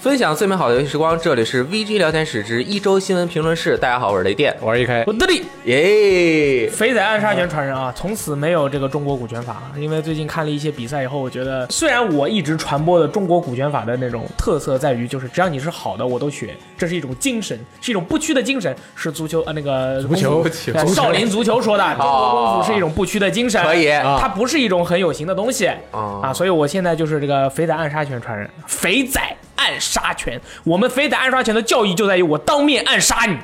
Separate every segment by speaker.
Speaker 1: 分享最美好的游戏时光，这里是 VG 聊天室之一周新闻评论室。大家好，我是雷电，
Speaker 2: 我是一开
Speaker 3: 我，的力，
Speaker 1: 耶！
Speaker 3: 肥仔暗杀拳传人啊，从此没有这个中国股权法了。因为最近看了一些比赛以后，我觉得虽然我一直传播的中国股权法的那种特色在于，就是只要你是好的，我都学，这是一种精神，是一种不屈的精神，是足球呃那个
Speaker 2: 足球
Speaker 3: 功夫呃少林足球说的，中国功夫是一种不屈的精神，
Speaker 1: 可以
Speaker 2: 啊
Speaker 3: 它不是一种很有形的东西
Speaker 1: 哦
Speaker 3: 啊，所以我现在就是这个肥仔暗杀拳传人，肥仔暗杀拳，我们肥仔暗杀拳的教义就在于我当面暗杀你。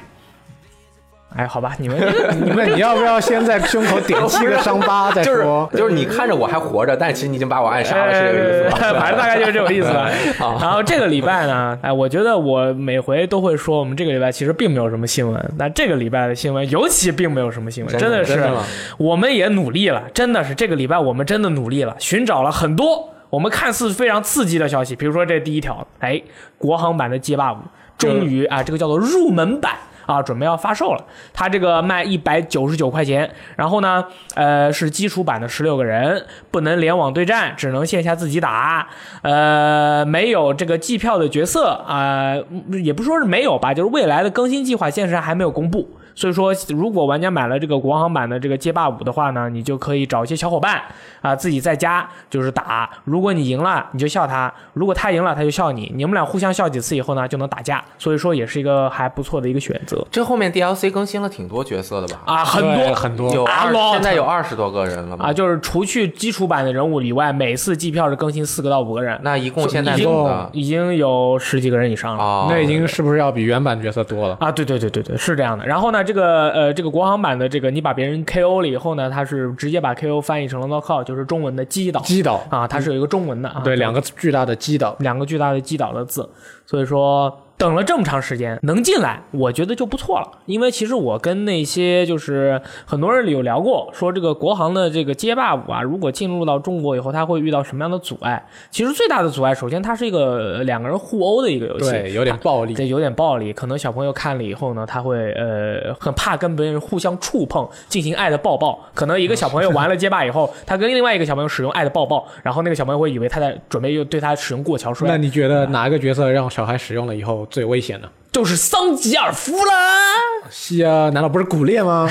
Speaker 3: 哎，好吧，你们你
Speaker 2: 那
Speaker 3: 们
Speaker 2: 你要不要先在胸口点七个伤疤再
Speaker 1: 就是
Speaker 2: 说？
Speaker 1: 就是你看着我还活着，但其实你已经把我暗杀了，是这个意思吗？嗯
Speaker 3: 哎反正大概就是这种意思吧
Speaker 1: 好。
Speaker 3: 然后这个礼拜呢，哎，我觉得我每回都会说，我们这个礼拜其实并没有什么新闻。那这个礼拜的新闻尤其并没有什么新闻，
Speaker 1: 真
Speaker 3: 真
Speaker 1: 的
Speaker 3: 是
Speaker 1: 真的吗
Speaker 3: 我们也努力了，真的是这个礼拜我们真的努力了，寻找了很多我们看似非常刺激的消息，比如说这第一条，哎，国行版的街霸五终于啊，这个叫做入门版。啊，准备要发售了。它这个卖一百九十九块钱，然后呢，呃，是基础版的十六个人，不能联网对战，只能线下自己打。呃，没有这个季票的角色啊、嗯也不说是没有吧，就是未来的更新计划现实还没有公布。所以说，如果玩家买了这个国行版的这个街霸五的话呢，你就可以找一些小伙伴啊、自己在家就是打。如果你赢了，你就笑他；如果他赢了，他就笑你。你们俩互相笑几次以后呢，就能打架。所以说，也是一个还不错的一个选择
Speaker 1: 这后面 DLC 更新了挺多角色的吧？
Speaker 3: 啊，很
Speaker 2: 对
Speaker 3: 多
Speaker 2: 很多
Speaker 1: 有
Speaker 3: 啊
Speaker 1: 二，
Speaker 3: lot
Speaker 1: 现在有二十多个人了吗？
Speaker 3: 啊，就是除去基础版的人物以外，每次季票是更新四个到五个人，
Speaker 1: 那一共现在
Speaker 3: 已经
Speaker 1: 弄的
Speaker 3: 已经有十几个人以上了。
Speaker 1: 哦，
Speaker 2: 那已经是不是要比原版角色多了？
Speaker 3: 啊，对对对对对，是这样的。然后呢，这个呃，这个国行版的这个，你把别人 KO 了以后呢，它是直接把 KO 翻译成了 knockout，就是中文的击倒
Speaker 2: 击倒，
Speaker 3: 啊，它是有一个中文的啊，
Speaker 2: 对，
Speaker 3: 两
Speaker 2: 两个巨大的击倒，
Speaker 3: 两个巨大的击倒的字，所以说。等了这么长时间能进来，我觉得就不错了。因为其实我跟那些就是很多人有聊过，说这个国行的这个街霸五啊，如果进入到中国以后，它会遇到什么样的阻碍？其实最大的阻碍，首先它是一个呃两个人互殴的一个游戏，
Speaker 2: 对，有点暴力。
Speaker 3: 这有点暴力，可能小朋友看了以后呢，他会呃很怕跟别人互相触碰，进行爱的抱抱。可能一个小朋友玩了街霸以后，他跟另外一个小朋友使用爱的抱抱，然后那个小朋友会以为他在准备又对他使用过桥
Speaker 2: 那
Speaker 3: 摔，
Speaker 2: 你觉得哪一个角色让小孩使用了以后最危险呢？
Speaker 3: 就是桑吉尔夫啦。
Speaker 2: 是啊，难道不是骨裂吗？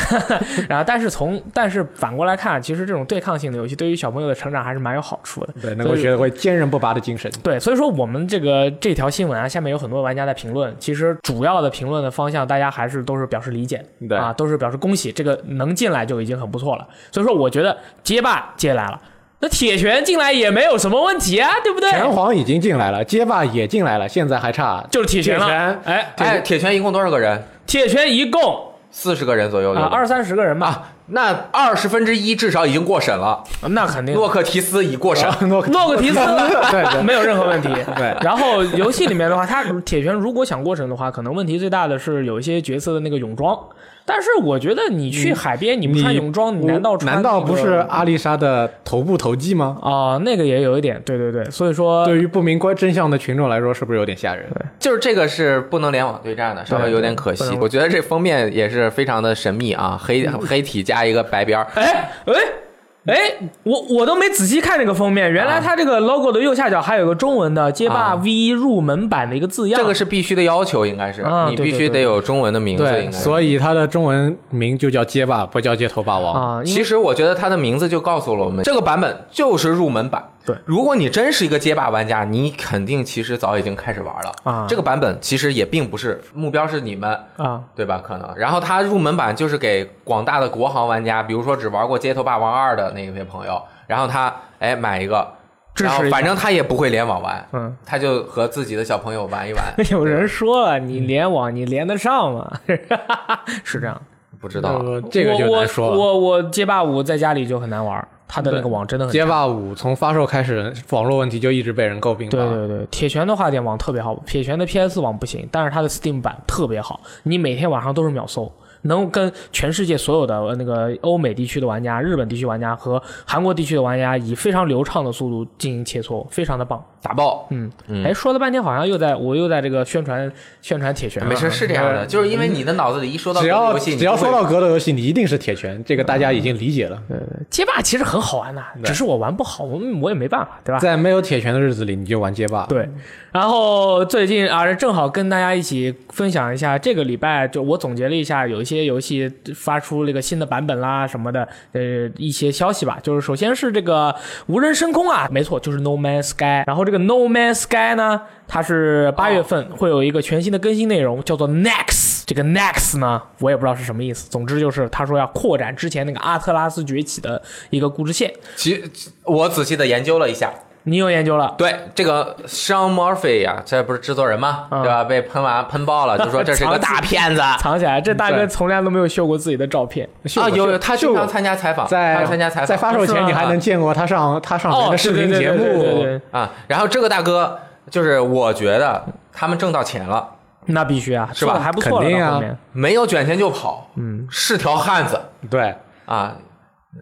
Speaker 3: 然后，但是从但是反过来看，啊其实这种对抗性的游戏对于小朋友的成长还是蛮有好处的。
Speaker 2: 对，能
Speaker 3: 所
Speaker 2: 够
Speaker 3: 以
Speaker 2: 学会坚韧不拔的精神。
Speaker 3: 对，所以说我们这个这条新闻啊，下面有很多玩家在评论，其实主要的评论的方向，大家还是都是表示理解，
Speaker 1: 对
Speaker 3: 啊，都是表示恭喜，这个能进来就已经很不错了。所以说，我觉得街霸进来了，那铁拳进来也没有什么问题啊，对不对？
Speaker 2: 拳皇已经进来了，街霸也进来了，现在还差
Speaker 3: 就是铁拳了，
Speaker 2: 铁拳
Speaker 3: 哎，
Speaker 1: 哎，铁拳一共多少个人？
Speaker 3: 铁拳一共
Speaker 1: 四十个人左右有
Speaker 3: 啊二三十个人吧，
Speaker 1: 啊，那二十分之一至少已经过审了，
Speaker 3: 啊那肯定。
Speaker 1: 诺克提斯已过审。
Speaker 2: 诺克
Speaker 3: 诺克提斯
Speaker 2: 对对
Speaker 3: 啊没有任何问题。
Speaker 2: 对
Speaker 3: 然后游戏里面的话，它铁拳如果想过审的话，可能问题最大的是有一些角色的那个泳装。但是我觉得你去海边，你不穿泳装，你嗯难道穿
Speaker 2: 难道嗯不
Speaker 3: 那
Speaker 2: 是
Speaker 3: 个
Speaker 2: 阿丽莎的头部投技吗？
Speaker 3: 啊、那个也有一点，对对对，所以说
Speaker 2: 对于不明观真相的群众来说，是不是有点吓人？
Speaker 1: 就是这个是不能联网对战的，稍微有点可惜。我觉得这封面也是非常的神秘
Speaker 3: 嗯
Speaker 1: 啊，黑黑体加一个白边儿。
Speaker 3: 哎哎哎，我我都没仔细看这个封面，原
Speaker 2: 啊
Speaker 3: 来它这个 logo 的右下角还有个中文的“街霸
Speaker 1: 啊
Speaker 3: V 入门版”的一个字样。
Speaker 1: 这个是必须的要求，应该是、
Speaker 3: 啊
Speaker 1: 你
Speaker 3: 对
Speaker 1: 必须
Speaker 3: 对
Speaker 1: 得
Speaker 3: 对
Speaker 1: 有中文的名字。应
Speaker 2: 对，
Speaker 1: 该是
Speaker 2: 所以它的中文名就叫街霸，不叫街头霸王。
Speaker 3: 啊，因为
Speaker 1: 其实我觉得它的名字就告诉了我们，这个版本就是入门版。
Speaker 3: 嗯对
Speaker 1: 如果你真是一个街霸玩家，你肯定其实早已经开始玩了
Speaker 3: 啊
Speaker 1: 这个版本其实也并不是目标是你们，
Speaker 3: 啊，
Speaker 1: 对吧？可能，然后它入门版就是给广大的国行玩家，比如说只玩过《街头霸王二》的那些朋友，然后他哎买一个，
Speaker 3: 支持
Speaker 1: 然后
Speaker 3: 一下
Speaker 1: 反正他也不会联网玩，
Speaker 3: 嗯，
Speaker 1: 他就和自己的小朋友玩一玩。
Speaker 3: 有人说了，
Speaker 2: 嗯
Speaker 3: 你联网你连得上吗？ 是这样。
Speaker 1: 不知道，
Speaker 2: 呃这个就难说
Speaker 3: 我
Speaker 2: 了。
Speaker 3: 我我街霸五在家里就很难玩，它的那个网真的
Speaker 1: 嗯
Speaker 3: 很。
Speaker 2: 街霸五从发售开始，网络问题就一直被人诟病吧。
Speaker 3: 对对对，铁拳的话，点网特别好，铁拳的 PS 网不行，但是它的 Steam 版特别好，你每天晚上都是秒搜，能跟全世界所有的呃那个欧美地区的玩家、日本地区玩家和韩国地区的玩家以非常流畅的速度进行切磋，非常的棒。
Speaker 1: 打爆，
Speaker 3: 嗯
Speaker 1: 嗯，
Speaker 3: 哎，说了半天，好像又在我又在这个宣传宣传铁拳啊了。
Speaker 1: 没事，是这样的，就是因为你的脑子里一说到
Speaker 2: 嗯只
Speaker 1: 这个
Speaker 2: 要
Speaker 1: 游戏，
Speaker 2: 只要
Speaker 1: 你就
Speaker 2: 说
Speaker 1: 会
Speaker 2: 到格斗游戏，你一定是铁拳，这个大家已经理解了。
Speaker 3: 街霸其实很好玩呐、只是我玩不好，我我也没办法，对吧？
Speaker 2: 在没有铁拳的日子里，你就玩街霸。，
Speaker 3: 啊对，然后最近啊，正好跟大家一起分享一下这个礼拜，就我总结了一下，有一些游戏发出这个新的版本啦什么的，呃，一些消息吧。就是首先是这个无人升空啊，没错，就是 No Man's Sky。然后这个 No Man's Sky 呢，它是八月份会有一个全新的更新内容，叫做 Next。这个 Next 呢，我也不知道是什么意思。总之就是他说要扩展之前那个阿特拉斯崛起的一个故事线。
Speaker 1: 其我仔细的研究了一下，
Speaker 3: 你有研究了？
Speaker 1: 对这个 Sean Murphy 呀、这不是制作人吗？
Speaker 3: 嗯
Speaker 1: 对吧？被喷完喷爆了，就说这是 个大骗子啊！
Speaker 3: 藏起来，这大哥
Speaker 2: 对
Speaker 3: 从来都没有秀过自己的照片。
Speaker 1: 有有，他经
Speaker 2: 就
Speaker 1: 常参加采访，
Speaker 2: 在
Speaker 1: 他参加采访，
Speaker 2: 在发售
Speaker 3: 是
Speaker 2: 前，
Speaker 3: 吗
Speaker 2: 你还能见过他上他上咱
Speaker 3: 哦，
Speaker 2: 的视频节
Speaker 3: 对对对对对
Speaker 2: 目
Speaker 3: 对，
Speaker 1: 啊。然后这个大哥，就是我觉得他们挣到钱了，
Speaker 3: 那必须啊，
Speaker 1: 是吧
Speaker 3: 做得还不错了，
Speaker 2: 肯定啊
Speaker 3: 到后面
Speaker 1: 没有卷钱就跑，嗯，是条汉子
Speaker 2: 对，
Speaker 1: 啊。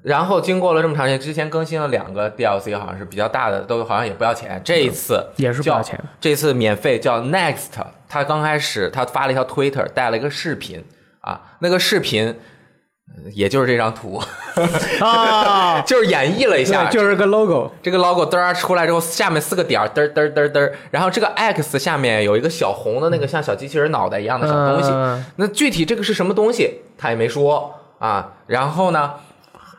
Speaker 1: 然后经过了这么长时间，之前更新了两个 DLC，好像是比较大的，都好像也不要钱。这一次
Speaker 3: 嗯也是不要钱
Speaker 1: 叫。这次免费叫 Next，他刚开始他发了一条 Twitter，带了一个视频啊，那个视频呃也就是这张图，
Speaker 3: 啊。
Speaker 1: 就是演绎了一下，
Speaker 2: 对， 就是个 logo，
Speaker 1: 这个 logo 嘚儿出来之后，下面四个点儿嘚儿嘚儿嘚儿嘚儿，然后这个 X 下面有一个小红的那个像小机器人脑袋一样的小东西。
Speaker 3: 嗯
Speaker 1: 那具体这个是什么东西，他也没说啊。然后呢，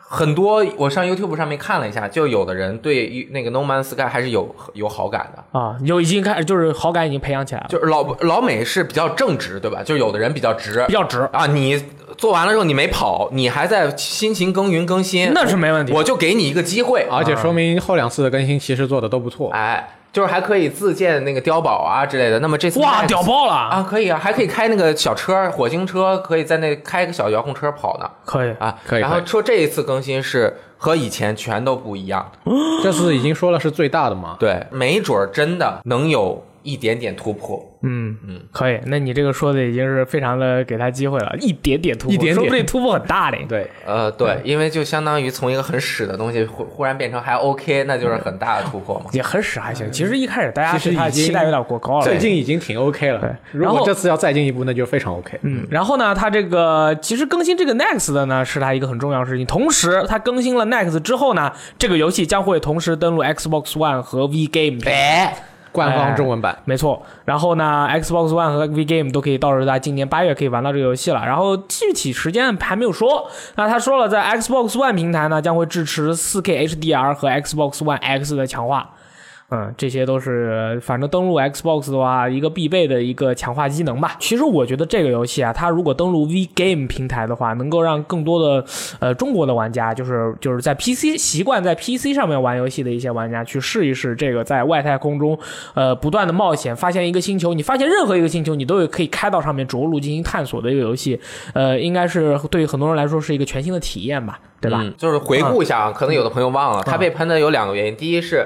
Speaker 1: 很多我上 YouTube 上面看了一下，就有的人对那个 No Man's Sky 还是有有好感的。
Speaker 3: 啊，有已经开始，就是好感已经培养起来了，
Speaker 1: 就是老老美是比较正直，对吧？就是有的人比较直
Speaker 3: 比较直，
Speaker 1: 啊，你做完了之后你没跑，你还在辛勤耕耘更新，
Speaker 3: 那是没问题。啊
Speaker 1: 我就给你一个机会，
Speaker 2: 而且说明后两次的更新其实做的都不错。
Speaker 1: 哎，就是还可以自建那个碉堡啊之类的。那么这次
Speaker 3: 哇，
Speaker 1: Max-
Speaker 3: 屌爆了！
Speaker 1: 啊，
Speaker 3: 啊！
Speaker 1: 可以啊，还可以开那个小车，火星车，可以在那开个小遥控车跑呢
Speaker 3: 可以，
Speaker 1: 啊。
Speaker 2: 可以
Speaker 1: 然
Speaker 2: 可
Speaker 1: 后
Speaker 2: 以
Speaker 1: 说这一次更新是和以前全都不一样，
Speaker 2: 这次已经说了是最大的嘛，
Speaker 1: 对，没准儿真的能有一点点突破。
Speaker 3: 嗯嗯，可以。那你这个说的已经是非常的给他机会了，一点点突破，
Speaker 2: 一点点
Speaker 3: 说不定突破很大嘞。
Speaker 2: 对，
Speaker 1: 呃，
Speaker 2: 嗯
Speaker 1: 对，因为就相当于从一个很屎的东西忽忽然变成还 OK，那就是很大的突破 嘛。
Speaker 3: 也很屎还行。其实一开始大家
Speaker 2: 其实
Speaker 3: 对他的
Speaker 2: 已经
Speaker 3: 期待有点过高了，
Speaker 2: 最近已经挺 OK
Speaker 3: 对
Speaker 2: 了。如
Speaker 3: 然后
Speaker 2: 果这次要再进一步，那就非常 OK。
Speaker 3: 嗯，然后呢，它这个其实更新这个 Next 的呢，是它一个很重要的事情。同时，它更新了 Next 之后呢，这个游戏将会同时登陆 Xbox One 和 V Game。
Speaker 1: 哎，
Speaker 2: 官方中文版。
Speaker 3: 没错，然后呢，Xbox One 和 V Game 都可以到时候在今年八月可以玩到这个游戏了。然后具体时间还没有说。那他说了，在 Xbox One 平台呢，将会支持 4K HDR 和 Xbox One X 的强化。嗯，这些都是反正登录 Xbox 的话，一个必备的一个强化机能吧。其实我觉得这个游戏啊，它如果登录 V Game 平台的话，能够让更多的呃中国的玩家，就是就是在 PC 习惯在 PC 上面玩游戏的一些玩家，去试一试这个在外太空中呃不断的冒险，发现一个星球，你发现任何一个星球，你都有可以开到上面着陆进行探索的一个游戏。呃，应该是对于很多人来说是一个全新的体验吧，对吧？嗯
Speaker 1: 嗯就是回顾一下啊，可能有的朋友忘了，他被喷的有两个原因，第一是。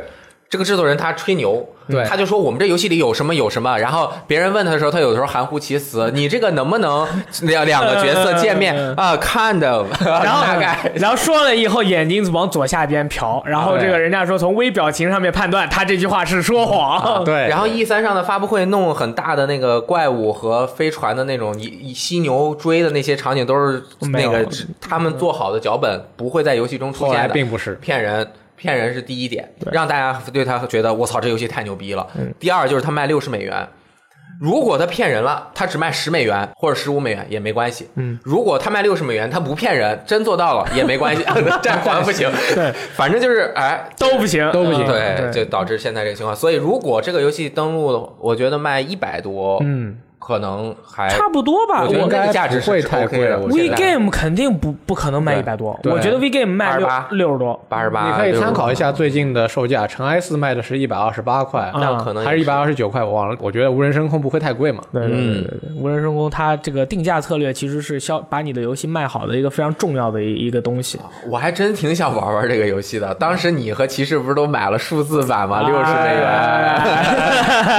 Speaker 1: 这个制作人他吹牛，
Speaker 3: 嗯
Speaker 2: 对
Speaker 1: 他就说我们这游戏里有什么有什么，然后别人问他的时候，他有的时候含糊其辞。你这个能不 能两两个角色见面
Speaker 3: 嗯
Speaker 1: 啊？看的，
Speaker 3: 然后
Speaker 1: 大概
Speaker 3: 啊 然后说了以后，眼睛往左下边瞟，然后这个人家说从微表情上面判断，他这句话是说谎。
Speaker 2: 啊哎对，
Speaker 1: 然后 E 三上的发布会弄很大的那个怪物和飞船的那种以以犀牛追的那些场景，都是
Speaker 3: 没
Speaker 1: 那
Speaker 3: 有
Speaker 1: 个只他们做好的脚本，不会在游戏中出
Speaker 2: 后来
Speaker 1: 现的。
Speaker 2: 并不是，
Speaker 1: 骗人，骗人是第一点，让大家对他觉得我操这游戏太牛逼了。
Speaker 2: 嗯
Speaker 1: 第二就是他卖六十美元，如果他骗人了，他只卖十美元或者十五美元也没关系。嗯，如果他卖六十美元，他不骗人，真做到了也没 关系，这还不行。
Speaker 3: 对，
Speaker 1: 反正就是哎。
Speaker 3: 都不行，
Speaker 2: 都不行
Speaker 1: 对，
Speaker 3: 嗯
Speaker 1: 就导致现在这个情况。所以，如果这个游戏登录，我觉得卖一百多，
Speaker 3: 嗯，
Speaker 1: 可能还
Speaker 3: 差不多吧。
Speaker 1: 我觉得
Speaker 3: 我
Speaker 1: 那个价值是
Speaker 2: 应该不会
Speaker 1: OK
Speaker 2: 太贵
Speaker 1: 的。
Speaker 2: 我
Speaker 3: V
Speaker 1: 现在
Speaker 3: Game 肯定不不可能卖一
Speaker 1: 对
Speaker 3: 百多，
Speaker 2: 对
Speaker 3: 我觉得 V Game 卖六
Speaker 1: 88
Speaker 3: 六十多，
Speaker 1: 八十八，
Speaker 2: 你可以参考一下最近的售价，尘埃四卖的是一百二十八块，
Speaker 3: 嗯
Speaker 1: 那可能也
Speaker 2: 啊还是一百二十九块，我忘了。我觉得无人升空不会太贵嘛。
Speaker 3: 对对对
Speaker 1: 嗯
Speaker 3: 对对，无人升空它这个定价策略其实是消把你的游戏卖好的一个非常重要的一一个东西。
Speaker 1: 啊我还真挺想玩玩这个游戏的。当时你和骑士不是都买了数哎字版吗？六十美元，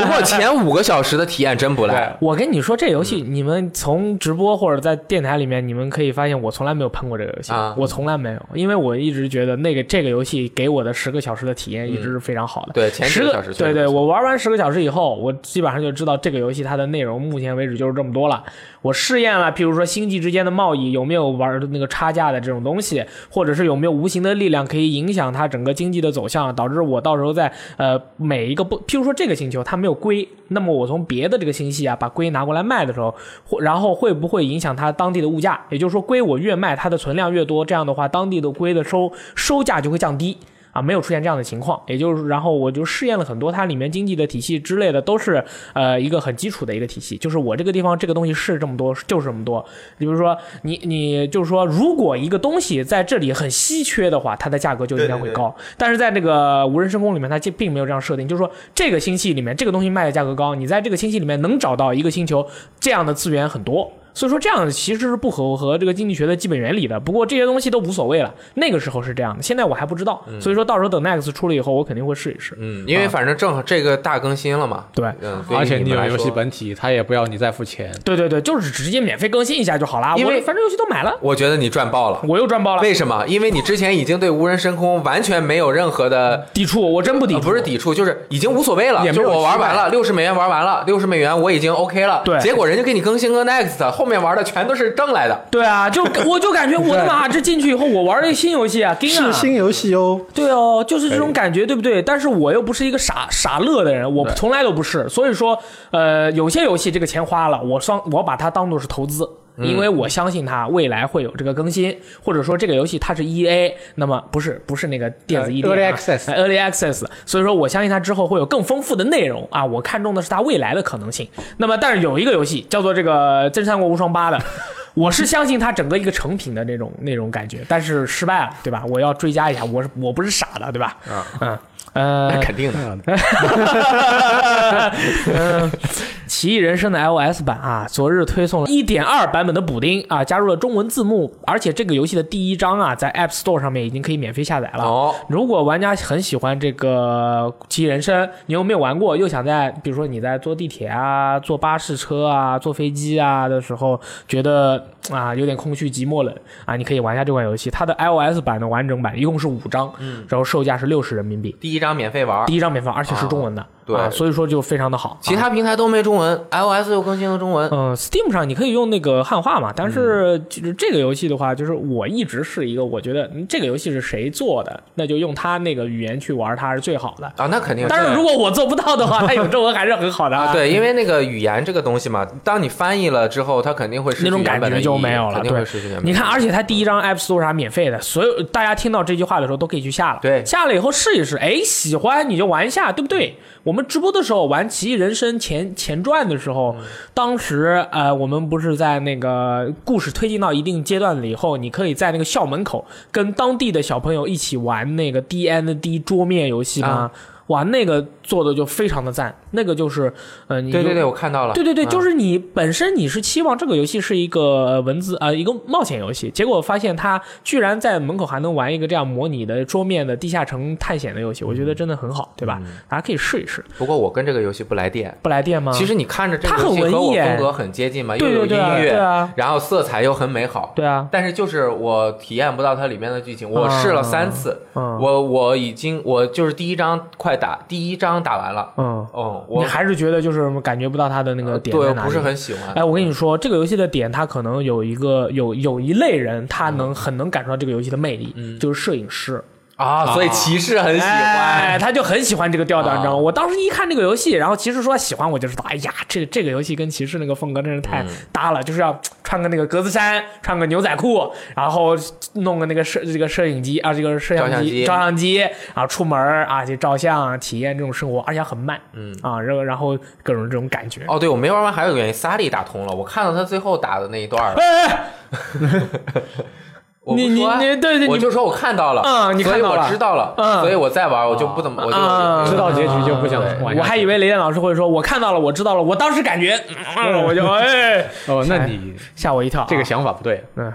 Speaker 1: 不过前五个小时的体验真不赖。
Speaker 3: 我我跟你说，这游戏你们从直播或者在电台里面，你们可以发现我从来没有喷过这个游戏
Speaker 1: 啊，
Speaker 3: 我从来没有，因为我一直觉得那个这个游戏给我的十个小时的体验一直是非常好的。
Speaker 1: 对前几
Speaker 3: 十
Speaker 1: 个小时确实
Speaker 3: 对对，
Speaker 1: 不错
Speaker 3: 我玩完十个小时以后，我基本上就知道这个游戏它的内容目前为止就是这么多了。我试验了，啊譬如说星际之间的贸易有没有玩那个差价的这种东西，或者是有没有无形的力量可以影响它整个经济的走向，导致我到时候在呃每一个不，譬如说这个星球它没有硅，那么我从别的这个星系啊把硅拿过来卖的时候，或然后会不会影响它当地的物价？也就是说，硅我越卖，它的存量越多，这样的话，当地的硅的收收价就会降低。啊，没有出现这样的情况，也就是，然后我就试验了很多它里面经济的体系之类的，都是呃一个很基础的一个体系，就是我这个地方这个东西是这么多，就是这么多。比如说你你就是说，如果一个东西在这里很稀缺的话，它的价格就应该会高，但是在这个无人深空里面，它就并没有这样设定，就是说这个星系里面这个东西卖的价格高，你在这个星系里面能找到一个星球这样的资源很多。所以说这样其实是不合和这个经济学的基本原理的。不过这些东西都无所谓了，那个时候是这样的，现在我还不知道。所以说到时候等 Next 出了以后，我肯定会试一试。
Speaker 1: 嗯，因为反正正好这个大更新了嘛，
Speaker 3: 对
Speaker 1: 嗯，对于
Speaker 2: 而且
Speaker 1: 你
Speaker 2: 你
Speaker 1: 们
Speaker 2: 有
Speaker 1: 来
Speaker 2: 游戏
Speaker 1: 说
Speaker 2: 本体，他也不要你再付钱。
Speaker 3: 对对对，就是直接免费更新一下就好啦。
Speaker 1: 因为
Speaker 3: 我反正游戏都买了，
Speaker 1: 我觉得你赚爆了。
Speaker 3: 我又赚爆了。
Speaker 1: 为什么？因为你之前已经对无人深空完全没有任何的，
Speaker 3: 抵触我真不抵
Speaker 1: 呃
Speaker 3: 触，
Speaker 1: 不是抵触，就是已经无所谓了。
Speaker 2: 也没
Speaker 1: 就
Speaker 2: 有
Speaker 1: 是我玩完
Speaker 2: 期
Speaker 1: 了，六十美元玩完了，六十美元我已经 OK 了。
Speaker 3: 对
Speaker 1: 结果人家给你更新个 Next，后面玩的全都是挣来的。
Speaker 3: 对啊，就我就感觉我的妈，这进去以后我玩了一新游戏啊，是
Speaker 4: 是新游戏哦，
Speaker 3: 对哦，就是这种感觉，对不对？但是我又不是一个傻傻乐的人，我从来都不是。所以说，呃，有些游戏这个钱花了，我双我把它当做是投资。因为我相信它未来会有这个更新，或者说这个游戏它是 E A，那么不是不是那个电子
Speaker 2: 呃
Speaker 3: E D、啊
Speaker 2: Early Access
Speaker 3: Early Access，所以说我相信它之后会有更丰富的内容啊。我看中的是它未来的可能性。那么，但是有一个游戏叫做这个《真三国无双八》的，我是相信它整个一个成品的那种那种感觉，但是失败了，对吧？我要追加一下，我是我不是傻的，对吧？嗯
Speaker 1: 那
Speaker 3: 呃，
Speaker 1: 肯定的，
Speaker 3: 嗯，奇异人生的 iOS 版啊，昨日推送了1.2版本的补丁啊，加入了中文字幕，而且这个游戏的第一章啊，在 App Store 上面已经可以免费下载了。
Speaker 1: 哦，
Speaker 3: 如果玩家很喜欢这个《奇异人生》，你又没有玩过，又想在比如说你在坐地铁啊、坐巴士车啊、坐飞机啊的时候，觉得啊有点空虚、寂寞冷啊，你可以玩一下这款游戏。它的 iOS 版的完整版一共是五张，嗯，然后售价是六十人民币，
Speaker 1: 第一张免费玩，
Speaker 3: 第一张免费，而且是中文的，
Speaker 1: 对
Speaker 3: 啊，所以说就非常的好。
Speaker 1: 其他平台都没中文，iOS 又更新了中文。
Speaker 3: 嗯、s t e a m 上你可以用那个汉化嘛，但是就是这个游戏的话，就是我一直是一个，我觉得嗯这个游戏是谁做的，那就用他那个语言去玩它是最好的。
Speaker 1: 啊，那肯定。
Speaker 3: 但是如果我做不到 的话，它有中文还是很好的
Speaker 1: 啊，。对，因为那个语言这个东西嘛，当你翻译了之后，它肯定会失去
Speaker 3: 那种
Speaker 1: 原
Speaker 3: 感
Speaker 1: 本的
Speaker 3: 觉就
Speaker 1: 意义
Speaker 3: 没有了，
Speaker 1: 肯定会
Speaker 3: 对
Speaker 1: 失去原，本的意
Speaker 3: 你
Speaker 1: 义。
Speaker 3: 看，而且它第一张 App Store 上免费的，所有大家听到这句话的时候都可以去下了，
Speaker 1: 对嗯
Speaker 3: 下了以后试一试，哎，喜欢你就玩一下，对不对？我们直播的时候玩《奇异人生前前传》的时候，
Speaker 1: 嗯
Speaker 3: 当时呃，我们不是在那个故事推进到一定阶段了以后，你可以在那个校门口跟当地的小朋友一起玩那个 D N D 桌面游戏
Speaker 1: 啊
Speaker 3: 吗？哇，那个做的就非常的赞，那个就是，呃，你
Speaker 1: 对
Speaker 3: 就
Speaker 1: 对对，我看到了。
Speaker 3: 对对对，
Speaker 1: 嗯
Speaker 3: 就是你本身你是期望这个游戏是一个呃文字啊、呃一个冒险游戏，结果发现它居然在门口还能玩一个这样模拟的桌面的地下城探险的游戏，我
Speaker 1: 嗯
Speaker 3: 觉得真的很好，对吧？大家可以试一试。
Speaker 1: 不过我跟这个游戏不来电。
Speaker 3: 不来电吗？
Speaker 1: 其实你看着这个
Speaker 3: 嗯它很
Speaker 1: 游戏
Speaker 3: 文
Speaker 1: 和我
Speaker 3: 艺哎
Speaker 1: 风格很接近嘛，又
Speaker 3: 对
Speaker 1: 有音
Speaker 3: 对对啊对
Speaker 1: 乐，
Speaker 3: 啊，
Speaker 1: 然后色彩又很美好。
Speaker 3: 对啊，
Speaker 1: 但是就是我体验不到它里面的剧情，我试了三次，
Speaker 3: 嗯
Speaker 1: 我我已经我就是第一章快打，第一章打完了，
Speaker 3: 嗯，
Speaker 1: 嗯，
Speaker 3: 你
Speaker 1: 我呃
Speaker 3: 还是觉得就是感觉不到它的那个点
Speaker 1: 对
Speaker 3: 在
Speaker 1: 我
Speaker 3: 哪里
Speaker 1: 不是很喜欢。
Speaker 3: 哎，我跟你说，这个游戏的点，它可能有一个有有一类人，他能
Speaker 1: 嗯
Speaker 3: 很能感受到这个游戏的魅力，就是摄影师。
Speaker 1: 啊，所以骑士很喜
Speaker 3: 哎，
Speaker 1: 欢，
Speaker 3: 他就很喜欢这个调调，
Speaker 1: 啊
Speaker 3: 你知道吗？我当时一看这个游戏，然后骑士说喜欢，我就知道，哎呀，这这个游戏跟骑士那个风格真是
Speaker 1: 嗯
Speaker 3: 太搭了，就是要穿个那个格子衫，穿个牛仔裤，然后弄个那个摄这个摄影机啊，这个摄像
Speaker 1: 照相机
Speaker 3: 机、照相机啊，出门儿啊去照相，体验这种生活，而且很慢，
Speaker 1: 嗯
Speaker 3: 啊，然后然后各种这种感觉。
Speaker 1: 哦，对，我没玩完还有一个原因，萨利打通了，我看到他最后打的那一段了。
Speaker 3: 哎哎，
Speaker 1: 我不
Speaker 3: 你你
Speaker 1: 说啊
Speaker 3: 你对对，
Speaker 1: 我
Speaker 3: 你
Speaker 1: 就说我看到了，
Speaker 3: 嗯你看
Speaker 1: 所
Speaker 3: 到
Speaker 1: 以我
Speaker 3: 了
Speaker 1: 知道了，
Speaker 3: 嗯
Speaker 1: 所以我再玩我就不怎么，我就嗯
Speaker 3: 啊
Speaker 2: 知道结局就不想
Speaker 1: 对
Speaker 2: 玩下去。
Speaker 3: 我还以为雷电老师会说，我看到了，我知道了，我当
Speaker 1: 嗯
Speaker 3: 时感觉，嗯我就哎，
Speaker 2: 哦，那你
Speaker 3: 吓我一跳啊，
Speaker 2: 这个想法不对。
Speaker 3: 嗯，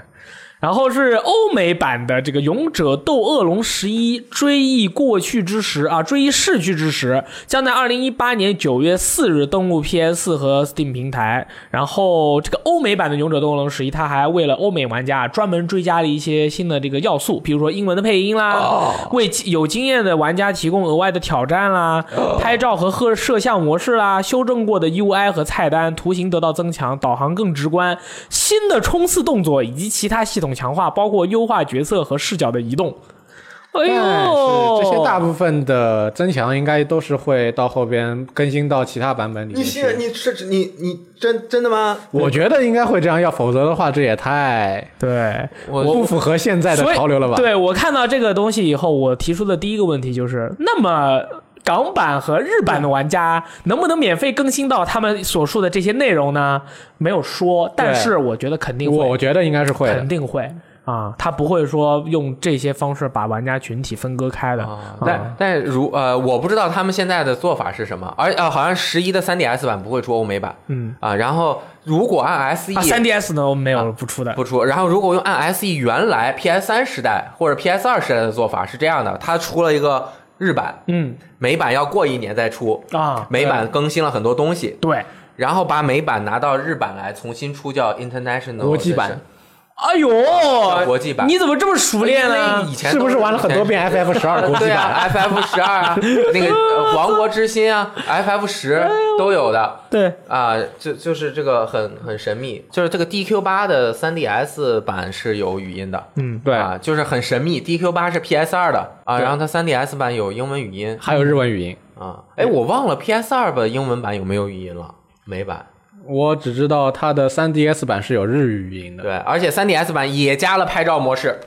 Speaker 3: 然后是欧美版的这个《勇者斗恶龙十一：追忆过去之时》啊，追忆逝去之时，将在二零一八年九月四日登陆 PS 和 Steam 平台。然后这个欧美版的《勇者斗恶龙十一》，它还为了欧美玩家专门追加了一些新的这个要素，比如说英文的配音啦，为有经验的玩家提供额外的挑战啦，拍照和摄摄像模式啦，修正过的 UI 和菜单，图形得到增强，导航更直观，新的冲刺动作以及其他系统强化，包括优化角色和视角的移动。哎
Speaker 2: 但
Speaker 3: 呦，
Speaker 2: 是这些大部分的增强应该都是会到后边更新到其他版本里
Speaker 1: 你
Speaker 2: 面
Speaker 1: 信任
Speaker 2: 去。
Speaker 1: 你是你你真真的吗？
Speaker 2: 我觉得应该会这样，要否则的话，这也太
Speaker 3: 对
Speaker 1: 我
Speaker 2: 不符合现在的
Speaker 3: 所以
Speaker 2: 潮流了吧？
Speaker 3: 对我看到这个东西以后，我提出的第一个问题就是：那么港版和日版的玩家能不能免费更新到他们所述的这些内容呢？没有说，但是我觉得肯定
Speaker 2: 我
Speaker 3: 会，
Speaker 2: 我觉得应该是会的
Speaker 3: 肯。定会啊，他不会说用这些方式把玩家群体分割开的。
Speaker 1: 啊，
Speaker 3: 嗯
Speaker 1: 但但如呃，我不知道他们现在的做法是什么，而呃，好像十一的 3DS 版不会出欧美版，
Speaker 3: 嗯
Speaker 1: 啊，然后如果按 SE
Speaker 3: 啊，3 DS 呢，我们没有不出的，
Speaker 1: 不出，然后如果用按 SE 原来 PS 三时代或者 PS 二时代的做法是这样的，它出了一个日版，
Speaker 3: 嗯
Speaker 1: 美版要过一年再出，
Speaker 3: 啊，
Speaker 1: 美版更新了很多东西，
Speaker 3: 对，
Speaker 1: 然后把美版拿到日版来重新出，叫 International
Speaker 2: 国际
Speaker 1: Edition
Speaker 2: 版
Speaker 3: 哎呦，
Speaker 1: 国际版
Speaker 3: 你怎么这么熟练
Speaker 1: 因
Speaker 3: 呢
Speaker 1: 为以？前
Speaker 2: 是
Speaker 1: 都
Speaker 2: 不是玩了很多遍 FF 十二国际
Speaker 1: 对
Speaker 2: 版？
Speaker 1: 啊，FF 十二 啊，那个呃《王国之心》啊，FF 十
Speaker 2: 哎
Speaker 1: 都有的
Speaker 3: 对，
Speaker 1: 啊，就就是这个很很神秘，就是这个 DQ 八的 3DS 版是有语音的，
Speaker 2: 嗯，对，
Speaker 1: 啊，就是很神秘。DQ 八是 PS 二的啊，
Speaker 2: 对
Speaker 1: 然后它 3DS 版有英文语音
Speaker 2: 还有日文语音。
Speaker 1: 啊，哎，我忘了 PS 二的英文版有没有语音了，美版
Speaker 2: 我只知道它的 3DS 版是有日语语音的。
Speaker 1: 对，而且 3DS 版也加了拍照模式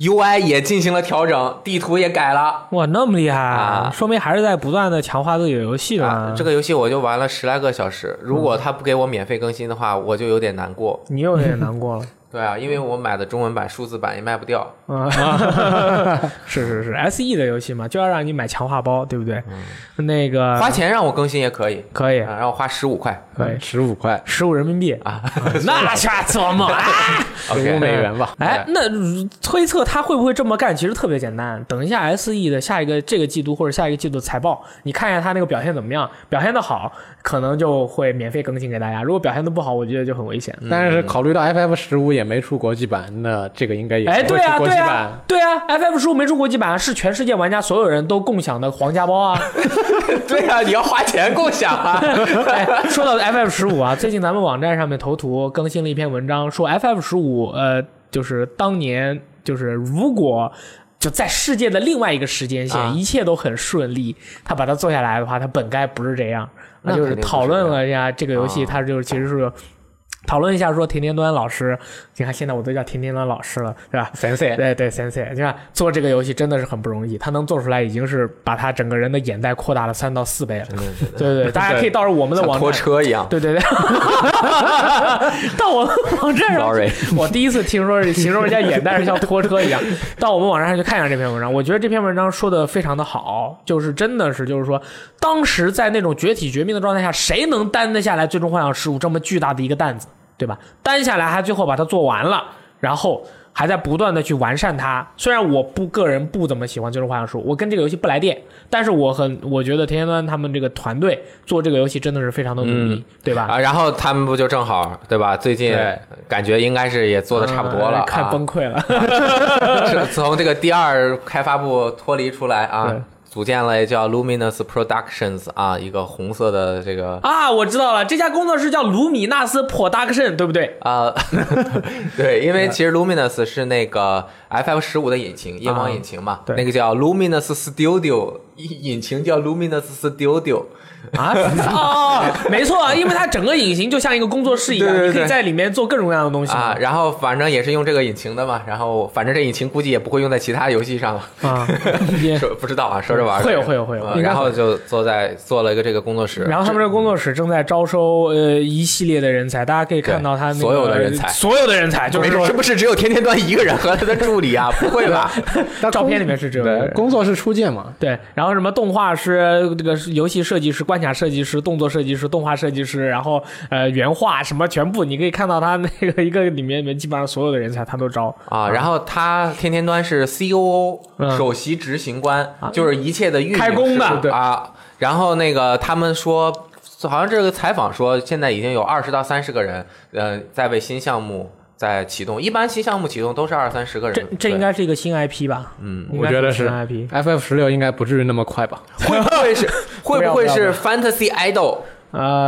Speaker 1: ，UI 也进行了调整，地图也改了。
Speaker 3: 哇，那么厉害，
Speaker 1: 啊
Speaker 3: 说明还是在不断的强化自己的游戏呢。
Speaker 1: 啊，这个游戏我就玩了十来个小时，如果它不给我免费更新的话，我就有点难过。
Speaker 3: 你又有点难过 了。
Speaker 1: 对啊，因为我买的中文版、数字版也卖不掉。
Speaker 3: 啊， 是是是，S E 的游戏嘛，就要让你买强化包，对不对？
Speaker 1: 嗯
Speaker 3: 那个
Speaker 1: 花钱让我更新也可以，
Speaker 3: 可以
Speaker 1: 啊，让我花十五块
Speaker 3: 可以，
Speaker 2: 嗯十五块，
Speaker 3: 十五人民币啊， 那下次 我们啊。
Speaker 2: 十五美
Speaker 1: ，OK，
Speaker 2: 元吧。
Speaker 3: 哎，那嗯推测他会不会这么干，其实特别简单。等一下 S E 的下一个这个季度或者下一个季度财报，你看一下他那个表现怎么样，表现的好，可能就会免费更新给大家；如果表现的不好，我觉得就很危险。
Speaker 2: 但是考虑到 FF 十五也没出国际版，那这个应该也
Speaker 3: 哎，
Speaker 2: 不
Speaker 3: 对
Speaker 2: 会出
Speaker 3: 啊，
Speaker 2: 国
Speaker 3: 对
Speaker 2: 际版
Speaker 3: 啊。，对啊，FF 十五没出国际版，是全世界玩家所有人都共享的皇家包啊。
Speaker 1: 对啊，你要花钱共享啊。
Speaker 3: 哎，说到 FF 十五啊，最近咱们网站上面头图更新了一篇文章，说 FF 十五，呃，就是当年就是如果。就在世界的另外一个时间线，
Speaker 1: 啊
Speaker 3: 一切都很顺利。他把它做下来的话，他本该不是这样。
Speaker 1: 那
Speaker 3: 就是
Speaker 1: 肯定不是
Speaker 3: 讨论
Speaker 1: 这样
Speaker 3: 了一下哎这个游戏，
Speaker 1: 啊
Speaker 3: 它就是其实是讨论一下说田田端老师，你看现在我都叫田田端老师了，是吧？
Speaker 2: 神仙，
Speaker 3: 对对，Sensei，你看做这个游戏真的是很不容易，他能做出来已经是把他整个人的眼袋扩大了三到四倍了。 对对对，大家可以到我们的
Speaker 1: 像
Speaker 3: 网
Speaker 1: 拖
Speaker 3: 站。
Speaker 1: 车一样。
Speaker 3: 对对对，到我们网站上
Speaker 1: Sorry
Speaker 3: 去，我第一次听说是形容人家眼袋是像拖车一样。到我们网站上去看一下这篇文章，我觉得这篇文章说的非常的好，就是真的是就是说，当时在那种绝体绝命的状态下，谁能担得下来《最终幻想十五》这么巨大的一个担子？对吧？担下来，他最后把它做完了，然后还在不断的去完善它。虽然我不个人不怎么喜欢《最终幻想十五》，我跟这个游戏不来电，但是我很我觉得田天端他们这个团队做这个游戏真的是非常的努力，对吧？
Speaker 1: 啊，然后他们不就正好对吧？最近
Speaker 2: 对
Speaker 1: 感觉应该是也做的差不多了，
Speaker 3: 嗯快崩溃了。
Speaker 1: 啊、是从这个第二开发部脱离出来啊，组建了叫 Luminous Productions 啊，一个红色的这个
Speaker 3: 啊，我知道了，这家工作室叫卢米纳斯 Production，对不对？
Speaker 1: 啊， 对，因为其实 Luminous 是那个 FF 十五的引擎，夜光引擎嘛，
Speaker 3: 啊对
Speaker 1: 那个叫 Luminous Studio，引擎叫 Luminous Studio，
Speaker 3: 啊，哦，没错，因为它整个隐形就像一个工作室一样，
Speaker 1: 对对对
Speaker 3: 你可以在里面做各种各样的东西
Speaker 1: 啊，然后反正也是用这个引擎的嘛，然后反正这引擎估计也不会用在其他游戏上了，
Speaker 3: 啊，也
Speaker 1: 说不知道啊，说着玩儿
Speaker 3: 会有会有会有
Speaker 1: 呃
Speaker 3: 应该
Speaker 1: 然
Speaker 3: 会
Speaker 1: 后就坐在做了一个这个工作室，
Speaker 3: 然后他们这个工作室正在招收呃一系列的人才，大家可以看到他那个
Speaker 1: 对所有的人才
Speaker 3: 所有的 人才，就是
Speaker 1: 没
Speaker 3: 说
Speaker 1: 准是不是只有天 天端一个人和他的助理啊？不会吧？
Speaker 2: 但
Speaker 3: 照
Speaker 2: 工
Speaker 3: 片里面是这样的
Speaker 2: 对，工作室初见嘛，
Speaker 3: 对，然然后什么动画师、这个是游戏设计师、关卡设计师、动作设计师、动画设计师，然后呃原画什么全部，你可以看到他那个一个里面里面基本上所有的人才他都招。
Speaker 1: 啊，然后他天天端是 COO、
Speaker 3: 嗯啊
Speaker 1: 首席执行官，就是一切的运营
Speaker 3: 开工的
Speaker 1: 事务
Speaker 3: 对
Speaker 1: 啊。然后那个他们说，好像这个采访说，现在已经有二十到三十个人，呃，在为新项目在启动。一般新项目启动都是二三十个
Speaker 3: 这
Speaker 1: 人，
Speaker 3: 这
Speaker 1: 对
Speaker 3: 应该是一个新 IP 吧？
Speaker 1: 嗯，
Speaker 3: 应
Speaker 2: 我
Speaker 3: 该
Speaker 2: 觉得
Speaker 3: 是
Speaker 2: 是
Speaker 3: 新 IP。
Speaker 2: FF 十六应该不至于那么快吧？
Speaker 1: 会不会 是会不会
Speaker 3: 不要
Speaker 1: 是 Fantasy Idol？
Speaker 3: 呃，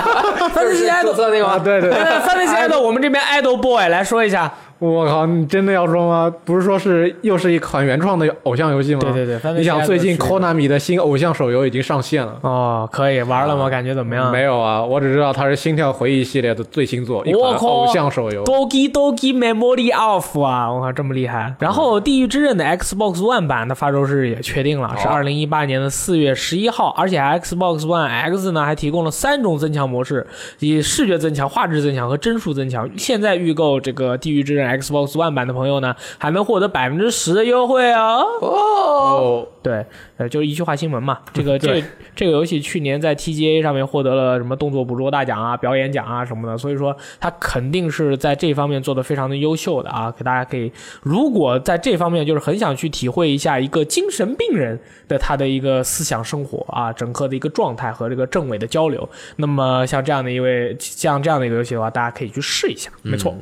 Speaker 3: 范
Speaker 1: 就
Speaker 3: 德
Speaker 1: 是
Speaker 3: 西爱豆
Speaker 1: 注，册那个吗？
Speaker 2: 啊对 对，
Speaker 3: 范德西爱豆，我们这边爱豆 boy 来说一下。
Speaker 2: 我靠，你真的要说吗？不是说是又是一款原创的偶像游戏吗？
Speaker 3: 对对对，范德
Speaker 2: 你
Speaker 3: 西爱
Speaker 2: 想
Speaker 3: 豆
Speaker 2: 最近
Speaker 3: 是
Speaker 2: Konami 的新偶像手游已经上线了。
Speaker 3: 哦，可以玩了
Speaker 1: 啊
Speaker 3: 吗？感觉怎么样？
Speaker 2: 没有啊，我只知道它是《心跳回忆》系列的最新作，一款
Speaker 3: 我靠
Speaker 2: 偶像手游。
Speaker 3: Doki Doki Memory of 啊，我靠，这么厉害！然后《地狱之刃》的 Xbox One 版的发售日也确定了，是二
Speaker 1: 哦
Speaker 3: 零一八年的四月十一号，而且 Xbox One X 呢还提供了三种增强模式，以视觉增强、画质增强和帧数增强。现在预购这个《地狱之刃》Xbox One 版的朋友呢，还能获得百分之十的优惠哦。
Speaker 2: 哦，
Speaker 3: 对，呃，就是一句话新闻嘛。这个这个这个游戏去年在 TGA 上面获得了什么动作捕捉大奖啊、表演奖啊什么的，所以说它肯定是在这方面做的非常的优秀的啊。给大家可以，如果在这方面就是很想去体会一下一个精神病人的他的一个思想生活啊，整个的一个状态和这个政委的交流，那么像这样的一位像这样的一个游戏的话，大家可以去试一下，没错。